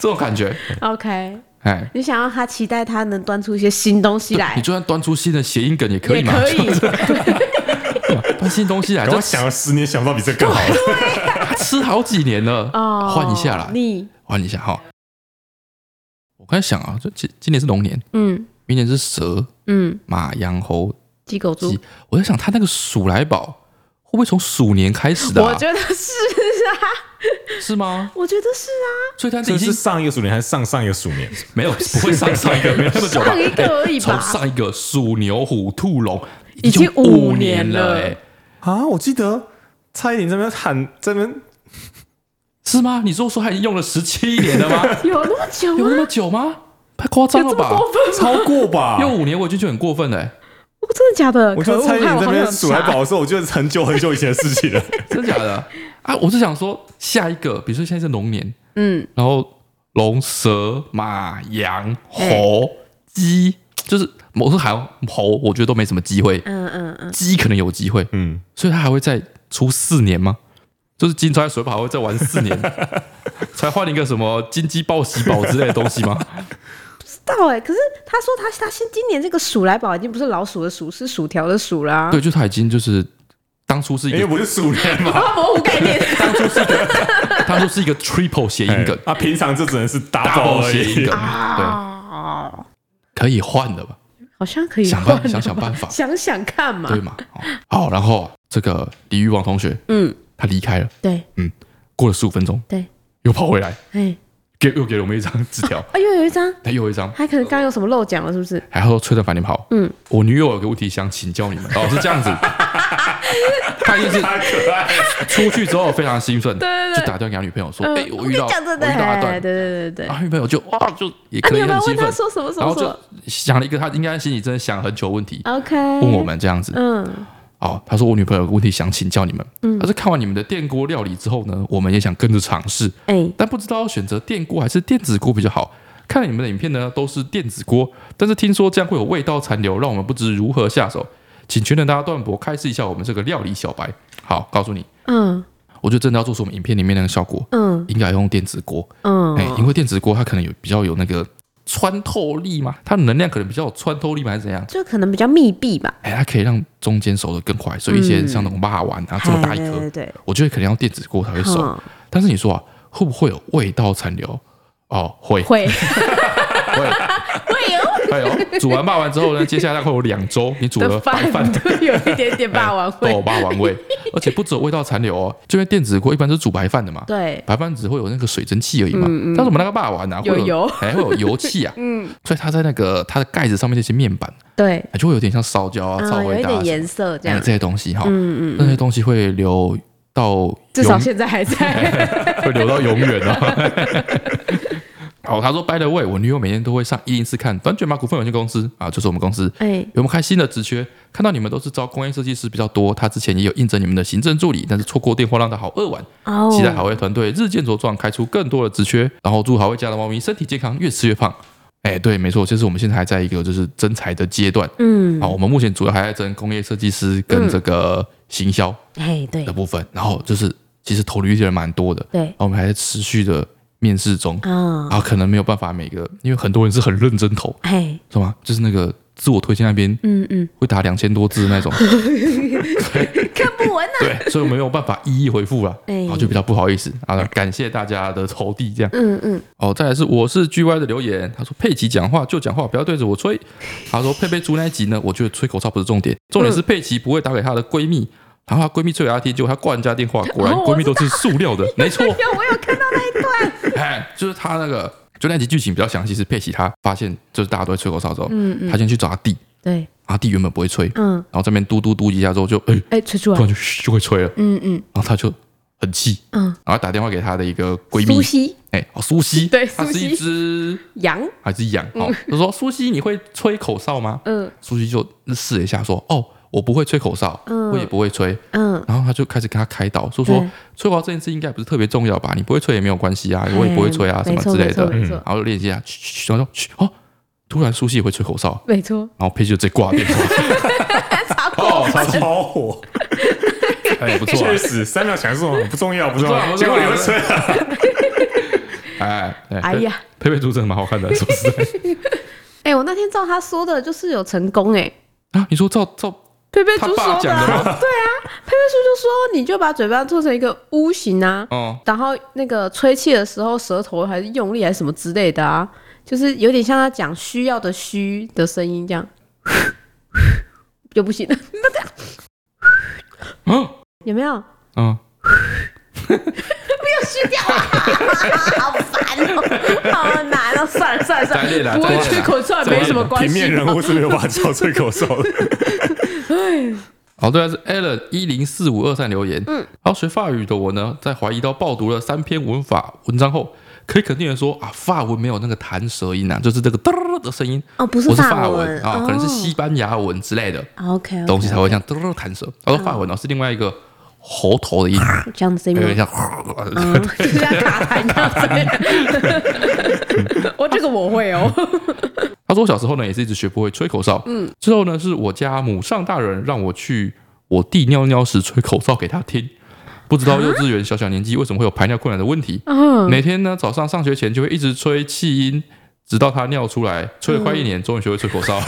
S2: 这种感觉，
S1: OK，
S2: 哎，
S1: 你想要他期待他能端出一些新东西来
S2: 你，就算端出新的谐音梗也 可
S1: 也
S2: 以嘛，
S1: 可以，
S2: 端新东西来，
S3: 然
S2: 就
S3: 后想了十年，想不到比这更好了。
S2: 吃好几年了，
S1: 哦，
S2: 换一下啦，
S1: 你
S2: 换一下哈。我刚才想啊，这今今年是龙年，
S1: 嗯
S2: 明年是蛇、
S1: 嗯，
S2: 马、羊、猴、
S1: 鸡狗猪
S2: 鸡，。我在想，他那个鼠来宝会不会从鼠年开始的、
S1: 我
S2: 啊？
S1: 觉得是啊，
S2: 是吗？
S1: 我觉得是啊，
S2: 所以他
S3: 这
S2: 已经
S3: 是上一个鼠年还是上上一个鼠年？
S2: 没有不会上上一个没有那么久吧？
S1: 上一个而已吧
S2: 哎从上一个鼠、牛、虎、兔、龙
S1: 已经
S2: 五
S1: 五年
S2: 了，
S1: 了
S2: 哎，
S3: 啊，我记得蔡依林这边喊这边
S2: 是吗？你说说他已经用了十七 年了吗？
S1: 有那么久啊
S2: 有那
S1: 吗？
S2: 么久吗？太夸张了吧？
S3: 超过 吧。
S2: 用五年我已经觉得很过分了、哎
S1: 我真的假的？
S3: 我
S1: 可
S3: 觉
S1: 恶
S3: 得蔡依
S1: 害
S3: 林
S1: 我好
S3: 这
S1: 像
S3: 边
S1: 有
S3: 鼠来
S1: 查
S3: 宝的时候，我觉得是很久很久以前的事情了。
S2: 真的假的啊？我是想说，下一个，比如说现在是龙年，
S1: 嗯，
S2: 然后龙、蛇、马、羊、猴、鸡，就是我是还有猴，我觉得都没什么机会，
S5: 嗯嗯嗯，
S2: 鸡可能有机会，
S3: 嗯，
S2: 所以它还会再出四年吗？就是金钗水跑还会再玩四年，才换一个什么金鸡报喜宝之类的东西吗？
S1: 知道哎，可是他说他他现今年这个鼠来宝已经不是老鼠的鼠，是薯条的鼠啦，
S2: 对，就它已经就是当初是一
S3: 因为
S2: 个
S3: 不是鼠年嘛。
S1: 啊，模糊概念。
S2: 当初是一个 triple 谐音梗
S3: 哎啊，平常就只能是 double
S2: ，double
S3: 而
S2: 谐音
S3: 已
S2: 梗，。对，
S1: 哦，
S2: 可以换的吧？
S1: 好像可以
S2: 想
S1: 换
S2: 办想
S1: 了
S2: 想
S1: 吧
S2: 办法
S1: 想想看嘛。
S2: 对嘛？哦好，然后这个鲤鱼王同学，
S1: 嗯，
S2: 他离开了，
S1: 对，
S2: 嗯，过了十五分钟，
S1: 对，
S2: 又跑回来，
S1: 哎，
S2: 给又给了我们一张纸条，
S1: 哎呦，有一张，
S2: 他又一张，
S1: 他可能刚刚有什么漏讲了，是不是？
S2: 还说吹的反你们好，嗯，我女友有个问题想请教你们，哦，是这 样子，他就是
S3: 太可爱了，
S2: 出去之后非常兴奋，
S1: 对对
S2: 就打电话给他女朋友说，哎，我遇到
S1: 你讲真的，
S2: 我遇到阿
S1: 哎对对
S2: 段，
S1: 对对
S2: 然
S1: 对。
S2: 后女朋友就哇就也
S1: 啊，
S2: 可
S1: 你
S2: 以
S1: 有没
S2: 很
S1: 有问
S2: 兴
S1: 他
S2: 奋，
S1: 说什么什嗯
S2: 然
S1: 么什
S2: 后就
S1: 么
S2: 想了一个他应该心里真的想很久的问题，
S1: ？OK，
S2: 问我，们这样子，
S1: 嗯，
S2: 哦，他说我女朋友有个问题想请教你们，他是看完你们的电锅料理之后呢，我们也想跟着尝试，
S5: 哎，
S2: 但不知道选择电锅还是电子锅比较好。看了你们的影片呢，都是电子锅，但是听说这样会有味道残留，让我们不知如何下手。请全能大家段博开示一下我们这个料理小白。好，告诉你，
S1: 嗯
S2: 我觉得真的要做出我们影片里面那个效果，
S1: 嗯
S2: 应该用电子锅。
S1: 嗯
S2: 哎、因为电子锅它可能有比较有那个穿透力嘛，它的能量可能比较有穿透力嘛，还是怎样？
S1: 就可能比较密闭吧，
S2: 哎、它可以让中间熟的更快，所以一些
S1: 嗯
S2: 像那种辣丸啊这么大一颗，
S1: 哎对对对，
S2: 我觉得可能要电子锅才会熟。
S1: 嗯
S2: 但是你说啊，会不会有味道残留？哦，会
S1: 会
S2: 会
S1: 会有
S2: 哎呦，煮完霸完之后呢，接下来大概会有两周，你煮了
S1: 的
S2: 白饭
S1: 饭对有一点点霸王
S2: 都有
S1: 会，
S2: 霸王味，而且不只有味道残留哦，就因为电子锅一般都是煮白饭的嘛，
S1: 对，嗯
S2: 白饭只会有那个水蒸气而已嘛，但是我们那个霸王啊，会
S1: 有油嗯
S2: 哎会有油气 啊，所以它在那个它的盖子上面那些面板，
S1: 对，
S2: 哎就会有点像烧焦啊、
S1: 啊，
S2: 烧
S1: 有
S2: 味
S1: 一
S2: 道啊
S1: 点
S2: 什么
S1: 颜色这
S2: 哎
S1: 样
S2: 这，些东西哈，
S1: 嗯嗯，
S2: 那些东西会留到
S1: 至少
S2: 永
S1: 现在还在。
S2: 会留到永远啊。 好，他说 By the way，我女友每天都会上一零四看短卷马股份有限公司啊，就是我们公司。
S1: 哎，
S2: 我们开新的职缺，看到你们都是招工业设计师比较多，他之前也有应征你们的行政助理，但是错过电话让他好饿完。
S5: 哦
S2: 期待好味团队日渐茁壮，开出更多的职缺，然后祝好味家的猫咪身体健康，越吃越胖。哎，对，没错，就是我们现在还在一个就是征才的阶段。
S5: 嗯，
S2: 好，我们目前主要还在征工业设计师跟这个行销
S5: 哎，对
S2: 的部分，然后就是其实投履历的人蛮多的，
S5: 对
S2: 然后我们还在持续的面试中，
S5: 啊，
S2: 啊，可能没有办法每个，因为很多人是很认真投，
S5: 哎，
S2: 是吗？就是那个自我推荐那边
S5: 嗯嗯，
S2: 会打两千多字的那种，
S5: 看不完啊呐，
S2: 对，所以我没有办法一一回复了，
S5: 哎
S2: 然后就比较不好意思啊。感谢大家的投递，这样
S5: 嗯嗯，
S2: 哦。再来是我是 G Y 的留言，他说佩奇讲话就讲话，不要对着我吹。他说佩佩猪那一集呢，我觉得吹口哨不是重点，重点是
S1: 嗯
S2: 佩奇不会打给她的闺蜜。然后她闺蜜吹给她听，结果她挂人家电话，果然
S1: 哦
S2: 闺蜜都是塑 料的，没错。
S1: 有我有看到那一段，
S2: 哎，就是他那个，就那集剧情比较详细，是佩奇他发现就是大家都在吹口哨之后，他先去找他弟，
S1: 对，
S2: 他弟原本不会吹，
S1: 嗯，
S2: 然后这边嘟嘟嘟几下之后就哎，
S1: 哎，吹出
S2: 突
S1: 来，
S2: 然就嘘就会吹了，
S1: 嗯嗯
S2: 然后他就很气，
S1: 嗯，
S2: 然后打电话给他的一个闺
S1: 苏
S2: 蜜，
S1: 西
S2: 哎，哦苏西，
S1: 对
S2: 它
S1: 苏
S2: 是
S1: 西
S2: 一只
S1: 羊，
S2: 还是羊，哦，就说苏西你会吹口哨吗？
S1: 嗯
S2: 苏西就试了一下说，哦，我不会吹口哨，
S1: 嗯
S2: 我也不会吹，
S1: 嗯，
S2: 然后他就开始跟他开导，说说
S1: 对
S2: 吹口哨这件事应该不是特别重要吧？你不会吹也没有关系啊，我也不会吹啊，什
S1: 没
S2: 么
S1: 错
S2: 之类的。
S1: 没
S2: 嗯
S1: 错没
S2: 然
S1: 错
S2: 后练习啊，嘘嘘嘘然后就嘘哦，突然苏西也会吹口哨，
S1: 没错，
S2: 然后佩奇就直接挂电话，哦，超级
S3: 超 火，
S2: 哎不错啊
S3: 确，实三秒前说不重要，不重要，
S2: 不重要
S3: 结果你会吹 啊，
S2: 哎哎
S1: 哎呀，
S2: 佩佩猪真的蛮好看的，是不是？
S1: 哎，我那天照他说的，就是有成功哎。
S2: 啊，你说照照
S1: 佩佩
S2: 他
S1: 猪
S2: 爸
S1: 说
S2: 讲的
S1: 啊，佩
S2: 吗？
S1: 佩猪就说你就把嘴巴做成一个 U 型啊，
S2: 哦，
S1: 然后那个吹气的时候舌头还是用力还是什么之类的啊，就是有点像他讲需要的需的声音这样， 就不行了，
S2: 嗯
S1: 有 没有？
S2: 嗯，
S5: 虚掉啊，好烦哦，好难哦，算了算
S2: 再
S5: 了算
S2: 练啦，
S5: 了，
S1: 不
S2: 再
S1: 会
S2: 练啦
S1: 吹口哨
S2: 再练
S1: 没
S2: 啦
S1: 什么关
S3: 平
S1: 系
S3: 面。人物是没有办法叫吹口哨 的。
S2: 哦，对啊，是 Alan 一零四五二三留言。嗯，然后学法语的我呢，在怀疑到报读了三篇文法文章后，可以肯定的说啊，法文没有那个弹舌音啊，就是这个嘚儿的声音，
S5: 哦，不
S2: 不
S5: 是
S2: 是
S5: 法
S2: 法
S5: 文哦
S2: 啊，可能是西班牙文之类的
S5: ，OK，
S2: 东西才会像嘚儿弹舌。然后法文呢哦是另外一个喉头的音，
S5: 这样的声
S2: 有点
S5: 音吗，
S2: 像。
S1: 嗯就像卡痰这样子。我这个我会哦，
S2: 他说我小时候呢也是一直学不会吹口哨，嗯，之后呢是我家母上大人让我去我弟尿尿时吹口哨给他听，不知道幼稚园小小年纪为什么会有排尿困难的问题，
S1: 嗯，
S2: 每天呢早上上学前就会一直吹气音，直到他尿出来，吹了快一年，终于学会吹口哨。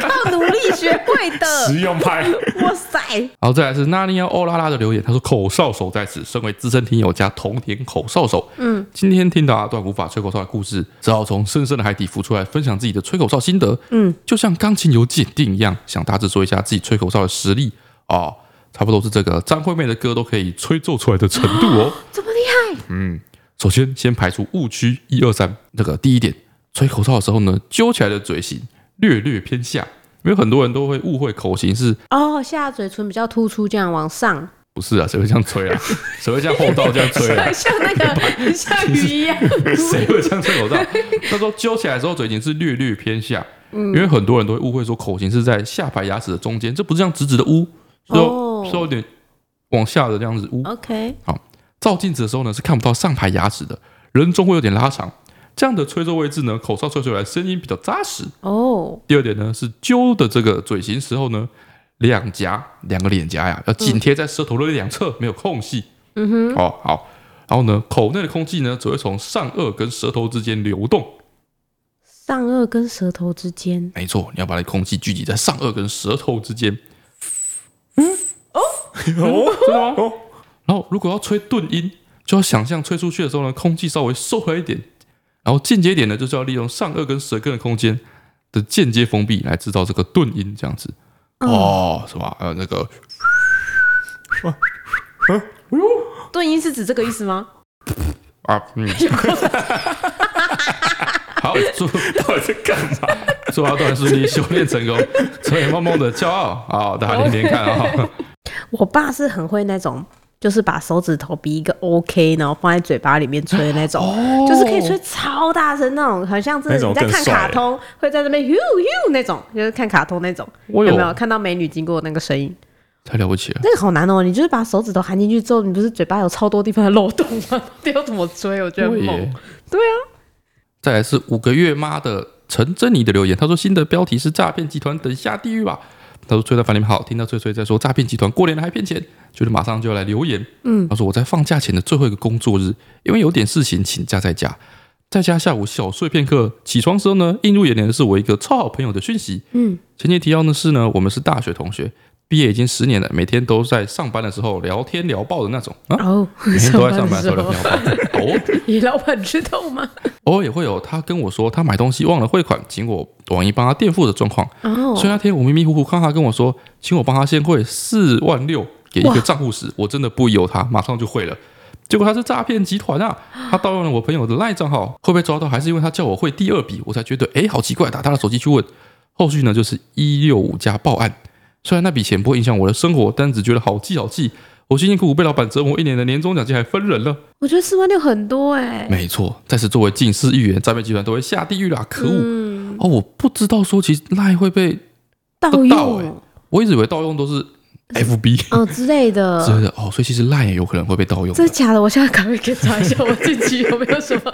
S5: 靠努力学会 的，
S3: 实用派，
S5: 哇塞，
S2: 然后再来是纳尼亚欧拉拉的留言，他说口哨手在此，身为资深听友加同田口哨手，嗯，今天听到阿段无法吹口哨的故事，只好从深深的海底浮出来，分享自己的吹口哨心得，嗯，就像钢琴有检定一样，想大致说一下自己吹口哨的实力哦，差不多是这个张惠妹的歌都可以吹奏出来的程度 哦。
S5: 这么厉害，
S2: 首先，先排除误区一二三。这个第一点，吹口哨的时候呢，揪起来的嘴型略略偏下，因为很多人都会误会口型是
S1: 哦，下嘴唇比较突出，这样往上，
S2: 不是 啊？谁会这样吹啊？谁会像后道这样吹啊？
S1: 像那个像鱼一样。
S2: 谁会这样吹口哨？他说揪起来的时候嘴型是略略偏下，因为很多人都会误会说口型是在下排牙齿的中间，这不是像直直的呜，是有
S1: 哦
S2: 是有点往下的这样子呜。
S1: OK，
S2: 照镜子的时候呢，是看不到上排牙齿的，人中会有点拉长。这样的吹奏位置呢，口哨吹出来声音比较扎实。
S1: 哦，
S2: 第二点呢是揪的这个嘴型时候呢，两颊两个脸颊呀要紧贴在舌头的两侧，没有空隙。嗯哼，哦好，然后呢，口内的空气呢只会从上颚跟舌头之间流动。
S1: 上颚跟舌头之间，
S2: 没错，你要把你空气聚集在上颚跟舌头之间。
S3: 哦，
S2: 真的吗？
S3: 哦
S2: 然后如果要吹顿音，就要想象吹出去的时候呢，空气稍微收回来一点，然后间接一点呢，就是要利用上颚跟舌根的空间的间接封闭来制造这个顿音，这样子。哦，是吧？呃，那个
S1: 顿音是指这个意思吗？
S2: 啊，嗯， 好，祝
S3: 到底在干嘛？
S2: 祝阿段顺利修炼成功，成为梦梦的骄傲啊！大家连连看啊！
S1: 我爸是很会那种，就是把手指头比一个 OK，然后放在嘴巴里面吹的那种，
S2: 哦
S1: 就是可以吹超大声那种，很像真
S2: 哎
S1: 的
S3: 那种
S1: 你在
S3: 更
S1: 看
S3: 帅
S1: 卡通，会在那边 you you 那种，就是看卡通那种，
S2: 我
S1: 有
S2: 有
S1: 没有看到美女经过那个声音？
S2: 太了不起了。
S1: 那个好难哦，你就是把手指头含进去之后，你不是嘴巴有超多地方的漏洞吗？ 这要怎么追？我觉得很
S2: 对啊
S1: 猛
S2: 耶。再来是五个月妈的陈珍妮的留言，她说新的标题是诈骗集团等下地狱吧。她说崔大凡你们好，听到翠翠在说诈骗集团过年了还骗钱，觉得马上就要来留言。嗯，她说我在放假前的最后一个工作日，因为有点事情请假在家，在家下午小睡片刻，起床时候呢，映入眼帘的是我一个超好朋友的讯息。嗯，前提提要呢是呢，我们是大学同学，毕业已经十年了，每天都在上班的时候聊天聊爆的那种啊，
S1: 哦，
S2: 每天都在上
S1: 上班
S2: 班的时候聊
S1: 候，
S2: 天聊爆。哦，
S1: 你老板知道吗？
S2: 偶尔也会有他跟我说他买东西忘了汇款，请我网银帮他垫付的状况。
S1: 哦
S2: 所以那天我迷迷糊糊看他跟我说，请我帮他先汇四万六给一个账户时，我真的不由他，马上就汇了。结果他是诈骗集团啊！他盗用了我朋友的赖账号，会被抓到还是因为他叫我汇第二笔，我才觉得诶好奇怪，打他的手机去问。后续呢就是一六五加报案，虽然那笔钱不会影响我的生活，但只觉得好气好气。我辛辛苦苦被老板折磨一年的年终奖金还分人了。
S1: 我觉得四万六很多哎、
S2: 没错，在此作为警示预言，诈骗集团都会下地狱啦！可恶、
S1: 嗯
S2: 哦，我不知道说其实赖会被，
S1: 盗
S2: 盗
S1: 用
S2: 欸我一直以为盗用都是 FB
S1: 哦之类的
S2: 之，类的哦，所以其实赖也有可能会被盗用的啊
S1: 真的假的？我现在赶快给查一下我自己有没有什么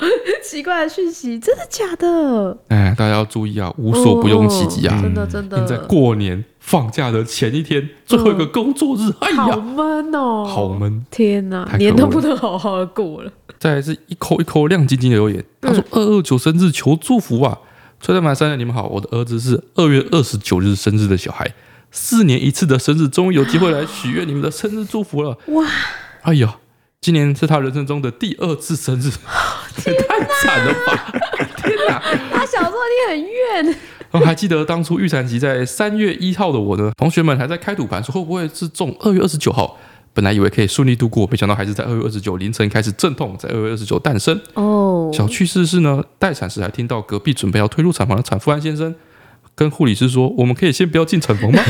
S1: 奇怪的讯息，真的假的？
S2: 哎，大家要注意啊，无所不用其极啊！
S1: 哦真的
S3: 嗯
S1: 真的，
S2: 你在过年放假的前一天，最后一个工作日，哎
S1: 好
S2: 呀，
S1: 闷哦，
S2: 好闷。
S1: 天哪
S2: 太可恶，了
S1: 年都不能好好的过了。
S2: 再来是一扣一扣亮晶晶的留言，他说：“二二九生日求祝福啊！崔大满三人，你们好，我的儿子是二月二十九日生日的小孩，四年一次的生日，终于有机会来许愿你们的生日祝福了。
S1: 哇！
S2: 哎呀，今年是他人生中的第二次生日，这也太惨了吧！天哪！
S1: 他小时候你很 怨，
S2: 然后哦还记得当初预产期在三月一号的我呢，同学们还在开赌盘说会不会是中二月二十九号。”本来以为可以顺利度过，没想到还是在二月二十九凌晨开始阵痛，在二月二十九诞生。
S1: 哦
S2: 小趣事是呢，待产时还听到隔壁准备要推入产房的产妇安先生跟护理师说：“我们可以先不要进产 房吗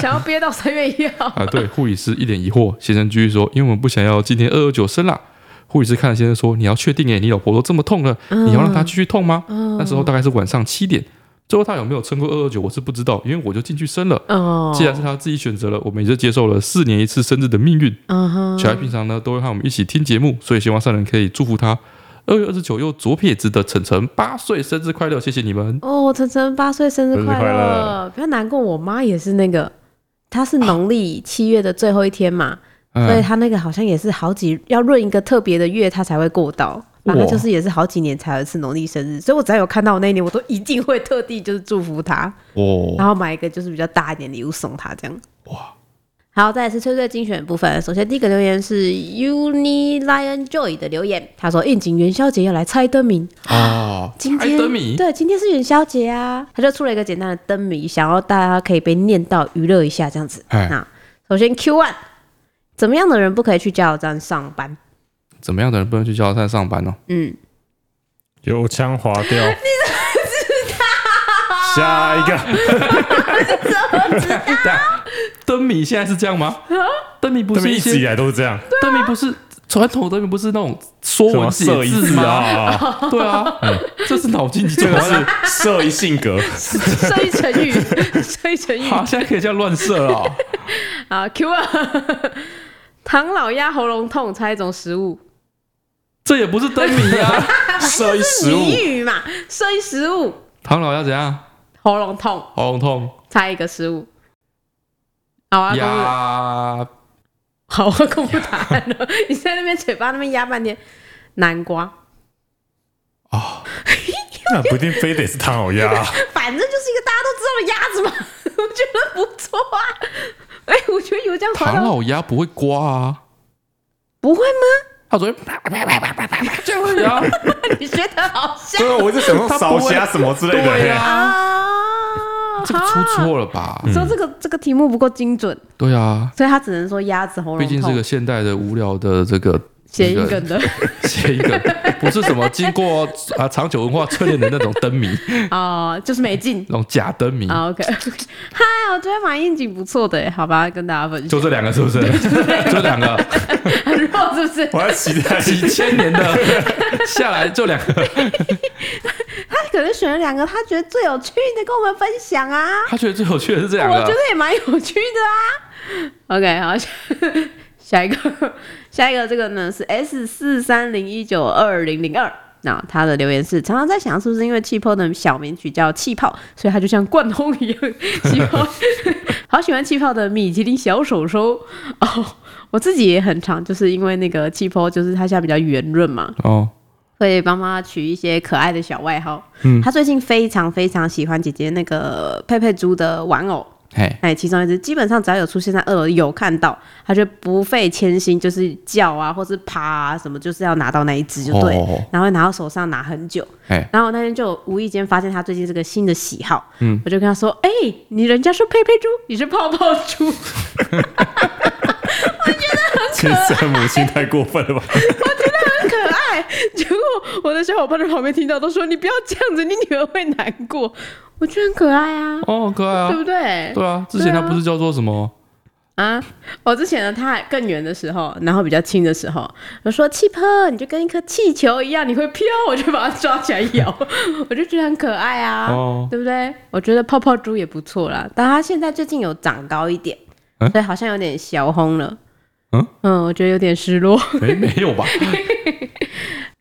S1: 想要憋到三月一？”号，
S2: 啊，对，护理师一脸疑惑。先生继续说：“因为我们不想要今天二二九生啦。”护理师看了先生说：“你要确定耶，你老婆都这么痛了，
S1: 嗯
S2: 你要让她继续痛吗？”那时候大概是晚上七点。最后她有没有撑过二二九，我是不知道，因为我就进去生了。
S1: 哦
S2: 既然是她自己选择了，我们也就接受了四年一次生日的命运。
S1: 嗯 哼，
S2: 小孩平常呢都会和我们一起听节目，所以希望上人可以祝福他。二月二十九又左撇子的晨晨八岁生日快乐，谢谢你们。
S1: 哦，晨晨八岁生日
S3: 生日
S1: 快
S3: 快
S1: 乐！
S3: 乐
S1: 不要难过，我妈也是那个，她是农历七月的最后一天嘛，所以
S2: 嗯，
S1: 她那个好像也是好几要闰一个特别的月，她才会过到。反正
S2: 哇
S1: 就是也是好几年才有一次农历生日，所以我只要有看到我那一年，我都一定会特地就是祝福她，
S2: 哦，
S1: 然后买一个就是比较大一点的礼物送她这样。
S2: 哇，
S5: 好，再来是翠翠精选的部分。首先第一个留言是 Uni Lion Joy 的留言，
S1: 她说应景元宵节要来猜灯谜，
S2: 哦，
S1: 今
S2: 猜
S1: 天
S2: 灯谜，
S1: 对，今天是元宵节啊，他就出了一个简单的灯谜，想要大家可以被念到娱乐一下这样子。
S2: 哎
S1: 那首先 Q one，怎么样的人不可以去加油站上班？
S2: 怎么样的人不能去加油站上班呢？
S1: 嗯，
S3: 油腔滑 调，你怎么知道？下一个，
S2: 对啊，灯谜现在是这样 吗？灯谜啊不
S3: 他
S2: 是
S3: 们一直以
S2: 些
S3: 来都是这样，
S2: 灯谜不是传统灯谜不是那种说
S3: 什
S2: 文
S3: 么
S2: 解
S3: 射一
S2: 字
S3: 字
S2: 吗？
S3: 啊，
S2: 对啊，这是脑筋急
S3: 这
S2: 转
S3: 个
S2: 弯
S3: 是射一性 格，
S1: 设一成语，设一成语。
S2: 啊！现在可以这样乱射啊！
S1: 啊，Q
S5: 啊
S1: 二，唐老鸭喉咙痛，猜一种食物。
S2: 这也不是灯谜啊！
S3: 摄一食物
S1: 俚语嘛，摄一食物，
S2: 唐老鸭怎样？
S5: 喉咙痛，
S2: 喉咙痛
S5: 猜一个失误。好啊，公布，
S2: 呀，
S5: 好啊，公布答案 了。你在那边嘴巴那边压半天，南瓜，
S3: 那不一定非得是唐老鸭啊，
S1: 反正就是一个大家都知道的鸭子嘛。
S5: 我觉得不错啊。哎、我觉得有这样滑
S2: 唐
S5: 到
S2: 老鸭不会刮啊，
S5: 不会吗？
S2: 他昨天啪啪啪啪啪啪啪这样而已啊，
S5: 你觉得好像
S3: 对啊，我就想说烧虾什么之类的。
S2: 对啊，
S5: 啊？
S2: 这个出错了吧？
S5: 说这个这个题目不够精准，
S2: 对啊，
S5: 所以他只能说鸭子喉咙
S2: 毕竟是个现代的无聊的这个
S5: 谐
S2: 一
S5: 音
S2: 个
S5: 梗的
S2: 写一个，不是什么经过啊长久文化淬炼的那种灯 谜，
S5: 啊，就是没劲
S2: 那种假灯谜，
S5: 啊。OK，嗨， 我觉得马应景不错的，好吧，跟大家分 享
S2: 就。这两个是不是？就两个
S5: 很弱是不是？
S3: 我还 期待
S2: 几千年的下来就两 个，
S5: 他可能选了两个他觉得最有趣的跟我们分享啊，
S2: 他觉得最有趣的是这两
S5: 我觉得
S2: 个，
S5: 也蛮有趣的啊。OK，好， 下下一个， 下一个这个呢是 S 四三零一九二零零二。那他的留言是：常常在想，是不是因为气泡的小名曲叫气泡，所以他就像贯通一样，气泡 好喜欢气泡的米其林小手手哦。我自己也很常，就是因为那个气泡，就是它现在比较圆润嘛，
S2: 哦，
S5: 会帮妈取一些可爱的小外号。嗯，他最近非常非常喜欢姐姐那个佩佩猪的玩偶，
S2: 嘿，
S5: 哎，其中一只基本上只要有出现在二楼有看到，他就不费千辛，就是叫啊，或是爬啊什么，就是要拿到那一只就对，
S2: 哦
S5: 然后拿到手上拿很久。
S2: 哎，
S5: 然后我那天就无意间发现他最近这个新的喜好，嗯，我就跟他说：“哎、你人家是佩佩猪，你是泡泡猪。”
S3: 亲生母亲太过分了吧？
S5: 可爱。结果我的小伙伴在旁边听到都说：“你不要这样子，你女儿会难过。”我觉得很可爱啊，
S2: 哦，可爱
S5: 对
S2: 啊
S5: 不，对？
S2: 对啊，之前他不是叫做什么？
S5: 啊，我之前呢，他还更远的时候，然后比较轻的时候，我说气泡，你就跟一颗气球一样，你会飘，我就把它 抓起来咬，我就觉得很可爱啊，
S2: 哦
S5: 对不对？我觉得泡泡猪也不错啦，但它现在最近有长高一点，
S2: 嗯
S5: 所以好像有点小红了。
S2: 嗯
S5: 我觉得有点失落。
S2: 哎，没有 吧？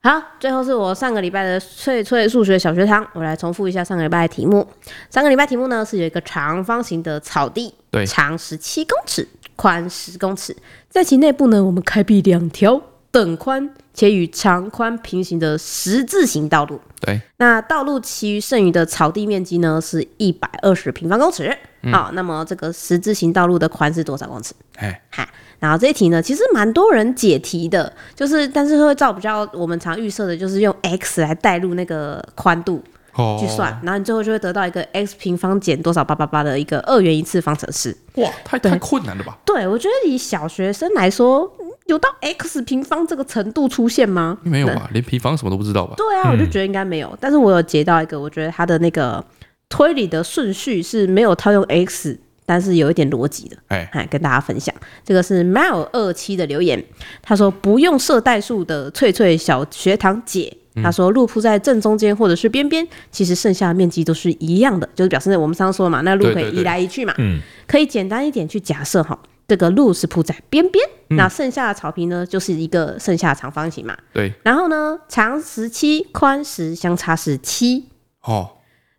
S1: 好，最后是我上个礼拜的翠翠数学小学堂，我来重复一下上个礼拜的题目。上个礼拜题目呢是有一个长方形的草地，
S2: 对
S1: 长十七公尺，宽十公尺，在其内部呢，我们开辟两 条等宽且与长宽平行的十字形道路。
S2: 对，
S1: 那道路其余剩余的草地面积呢是一百二十平方公尺。好、那么这个十字形道路的宽是多少公尺？
S2: 哎，
S1: 哈，然后这一题呢，其实蛮多人解题的，就是但是会照比较我们常预设的，就是用 x 来代入那个宽度
S2: 哦，
S1: 去算，然后你最后就会得到一个 x 平方减多少八八八的一个二元一次方程式。
S2: 哇，太太困难了吧？
S1: 对我觉得以小学生来说，嗯有到 x 平方这个程度出现吗？
S2: 没有吧？连平方什么都不知道吧？
S1: 对啊，我就觉得应该没有，但是我有截到一个，我觉得他的那个推理的顺序是没有套用 x，但是有一点逻辑的。
S2: 哎，
S1: 哎，跟大家分享，这个是 Mel 二七的留言，他说不用设代数的翠翠小学堂姐，
S2: 嗯
S1: 他说路铺在正中间或者是边边，其实剩下的面积都是一样的，就是表示我们上次说嘛，那路
S2: 对
S1: 可
S2: 对
S1: 以
S2: 对
S1: 移来移去嘛，
S3: 嗯
S1: 可以简单一点去假设哈，这个路是铺在边边，
S2: 嗯
S1: 那剩下的草坪呢就是一个剩下的长方形嘛，
S2: 对，
S1: 然后呢长十七，宽十，相差是七，
S2: 哦，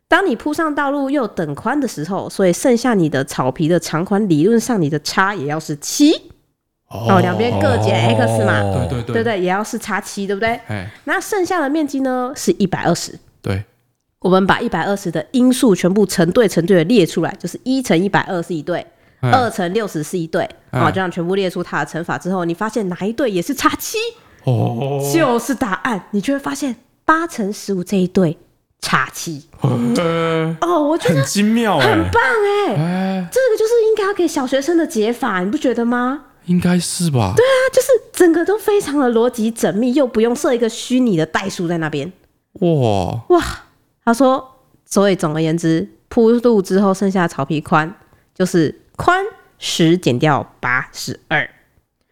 S1: 当你铺上道路又等宽的时候，所以剩下你的草皮的长宽，理论上你的差也要是七，
S2: 哦
S1: 两边 各减 x 嘛
S2: 对对
S1: 对不
S2: 对，
S1: 对？也要是差七，对不对？
S2: 哦哎，
S1: 那剩下的面积呢是一百二十。
S2: 对，
S1: 我们把一百二十的因数全部成对成对的列出来，就是一乘一百二是一对，
S2: 哎
S1: 二乘六十是一对，
S2: 嗯
S1: 好，这样全部列出它的乘法之后，你发现哪一对也是差七，
S2: 哦，
S1: 就是答案，你就会发现八乘十五这一对差七。
S2: 呃
S1: 哦，我觉得
S3: 很精妙哎，
S1: 棒哎、
S2: 哎，
S1: 这个就是应该要给小学生的解法，你不觉得吗？
S2: 应该是吧？对，
S1: 它就是整个都非常的逻辑缜密，又不用设一个虚拟的代数在那边。
S2: 哇，
S1: 哇，他说，所以总而言之，铺路之后剩下的草皮宽就是宽十减掉八十二，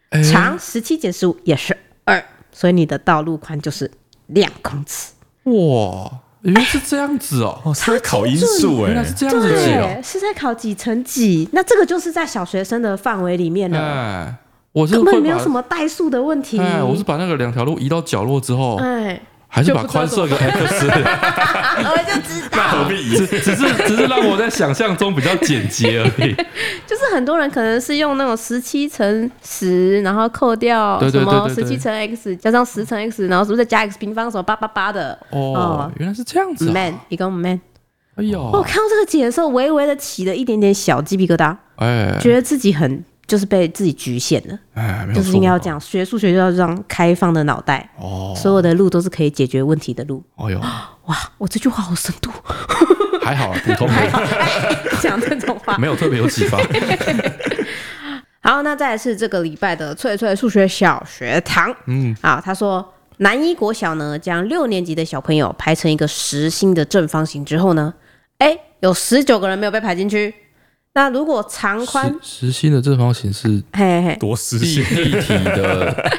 S2: 哎
S1: 长十七减十五也是二，所以你的道路宽就是两公尺。
S2: 哇，原来是这样子哦，
S3: 哦，是在考因素
S2: 原
S3: 哎
S2: 来，是这样子解哦，
S1: 是在考几乘几？那这个就是在小学生的范围里面了，
S2: 哎，我是
S1: 根
S2: 会
S1: 本没有什
S2: 把，
S1: 么代数的问题。嗯
S2: 哎，我是把那个两条路移到角落之后，
S5: 哎，
S2: 还是把
S1: 就不知道
S2: 宽
S1: 怎么
S2: 设个 X，
S5: 我就知
S3: 那何
S5: 道，
S3: 必
S2: 只
S3: 移？
S2: 只是只是让我在想象中比较简洁而已。
S1: 就是很多人可能是用那种十七乘十，然后扣掉
S2: 对对
S1: 什么
S2: 对
S1: 十
S2: 对对
S1: 七乘 x 加上十乘 x，然后是不是再加 x 平方什么八八八的？
S2: 哦，原来是这样子、
S1: 唔
S2: 啊。
S1: man，一个唔 man。哦
S2: 哎
S1: 我
S2: 呦，
S1: 看到这个解的时候，微微的起了一点点小鸡皮疙瘩，
S2: 哎
S1: 觉得自己很就是被自己局限了，
S2: 哎，没有
S1: 就是
S2: 错
S1: 应该要这样，学数学就要这样开放的脑袋，
S2: 哦。
S1: 所有的路都是可以解决问题的路。
S2: 哎呦，
S1: 哇，我这句话好深度，
S2: 还好啊啦，普通
S1: 还好
S2: 的，
S1: 哎讲这种话。
S2: 没有特别有启发。
S1: 好，那再来是这个礼拜的翠翠数学小学堂。嗯，啊，他说南一国小呢，将六年级的小朋友排成一个实心的正方形之后呢，哎，有十九个人没有被排进去。那如果长宽，
S2: 实实心的正方形是
S1: 嘿嘿，
S3: 多实
S2: 立
S3: 心，
S2: 立体 的，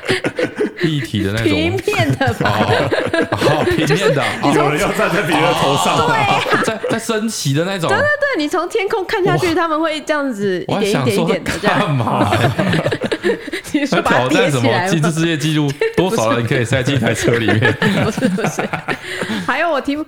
S2: 立体的那
S1: 平
S2: 种。
S1: 面 的吧，
S2: 哦，哦， 平面的，哦
S3: 啊有人要站在别人的头
S1: 哦
S3: 上吗？
S2: 在在升旗的那种。
S1: 对你从天空看下去，他们会这样子一
S2: 我还
S1: 点一
S2: 想
S1: 点一
S2: 说
S1: 点的这样，
S2: 干嘛？
S1: 你说
S2: 要
S1: 把它
S2: 挑
S1: 叠
S2: 战
S1: 起
S2: 什
S1: 来
S2: 么
S1: 吗
S2: 吉尼世界纪 录？多少人可以塞进一台车里面？
S1: 不是不 是，还有我题目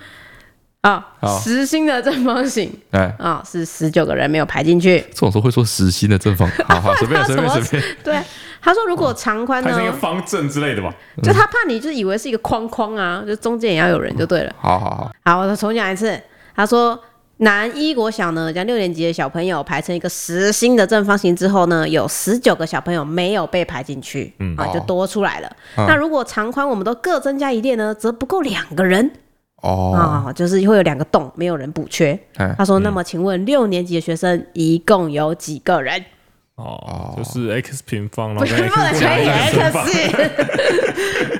S1: 啊
S2: 好，
S1: 实心的正方形
S2: 哎，
S1: 啊，是十九个人没有排进去。
S2: 这种时候会说实心的正 方，好好随便随便随便。
S1: 对，他说如果长宽
S3: 拍成一个
S1: 呢，
S3: 方阵之类的吧？
S1: 就他怕你就以为是一个框框啊，就中间也要有人就对了。
S2: 好好好，
S1: 好，我重讲一次，他说。南一国小呢，将六年级的小朋友排成一个实心的正方形之后呢，有十九个小朋友没有被排进去，啊，
S2: 哦嗯
S1: 就多出来了。那如果长宽我们都各增加一列呢，则不够两个人
S2: 哦，
S1: 啊、就是会有两个洞，没有人补缺。
S2: 哎，
S1: 他说：“那么，请问六年级的学生一共有几个人？
S3: 哦，就是 x 平方，然
S1: 不
S3: 后
S1: 是
S3: 跟
S1: 不能
S3: x
S1: 可
S3: 加
S1: 以
S3: 一个乘法
S1: X，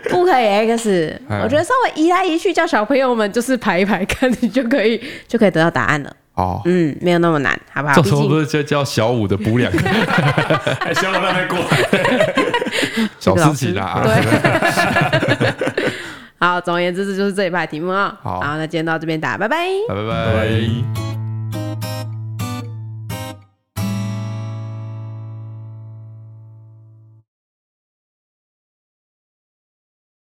S1: 不可以 X。
S2: 哎
S1: 我觉得稍微移来移去，叫小朋友们就是排一排看，你就可以就可以得到答案了。
S2: 哦，
S1: 嗯，没有那么难，好不好？
S2: 这
S1: 毕
S2: 时候不
S1: 竟
S2: 是就叫小五的补两个
S3: 哎，小我那边过来，
S2: 小事情啦。
S1: 对。好，总而言之，这就是这一趴题目啊、
S2: 好
S1: 好，那今天到这边打，拜拜。
S2: 拜拜。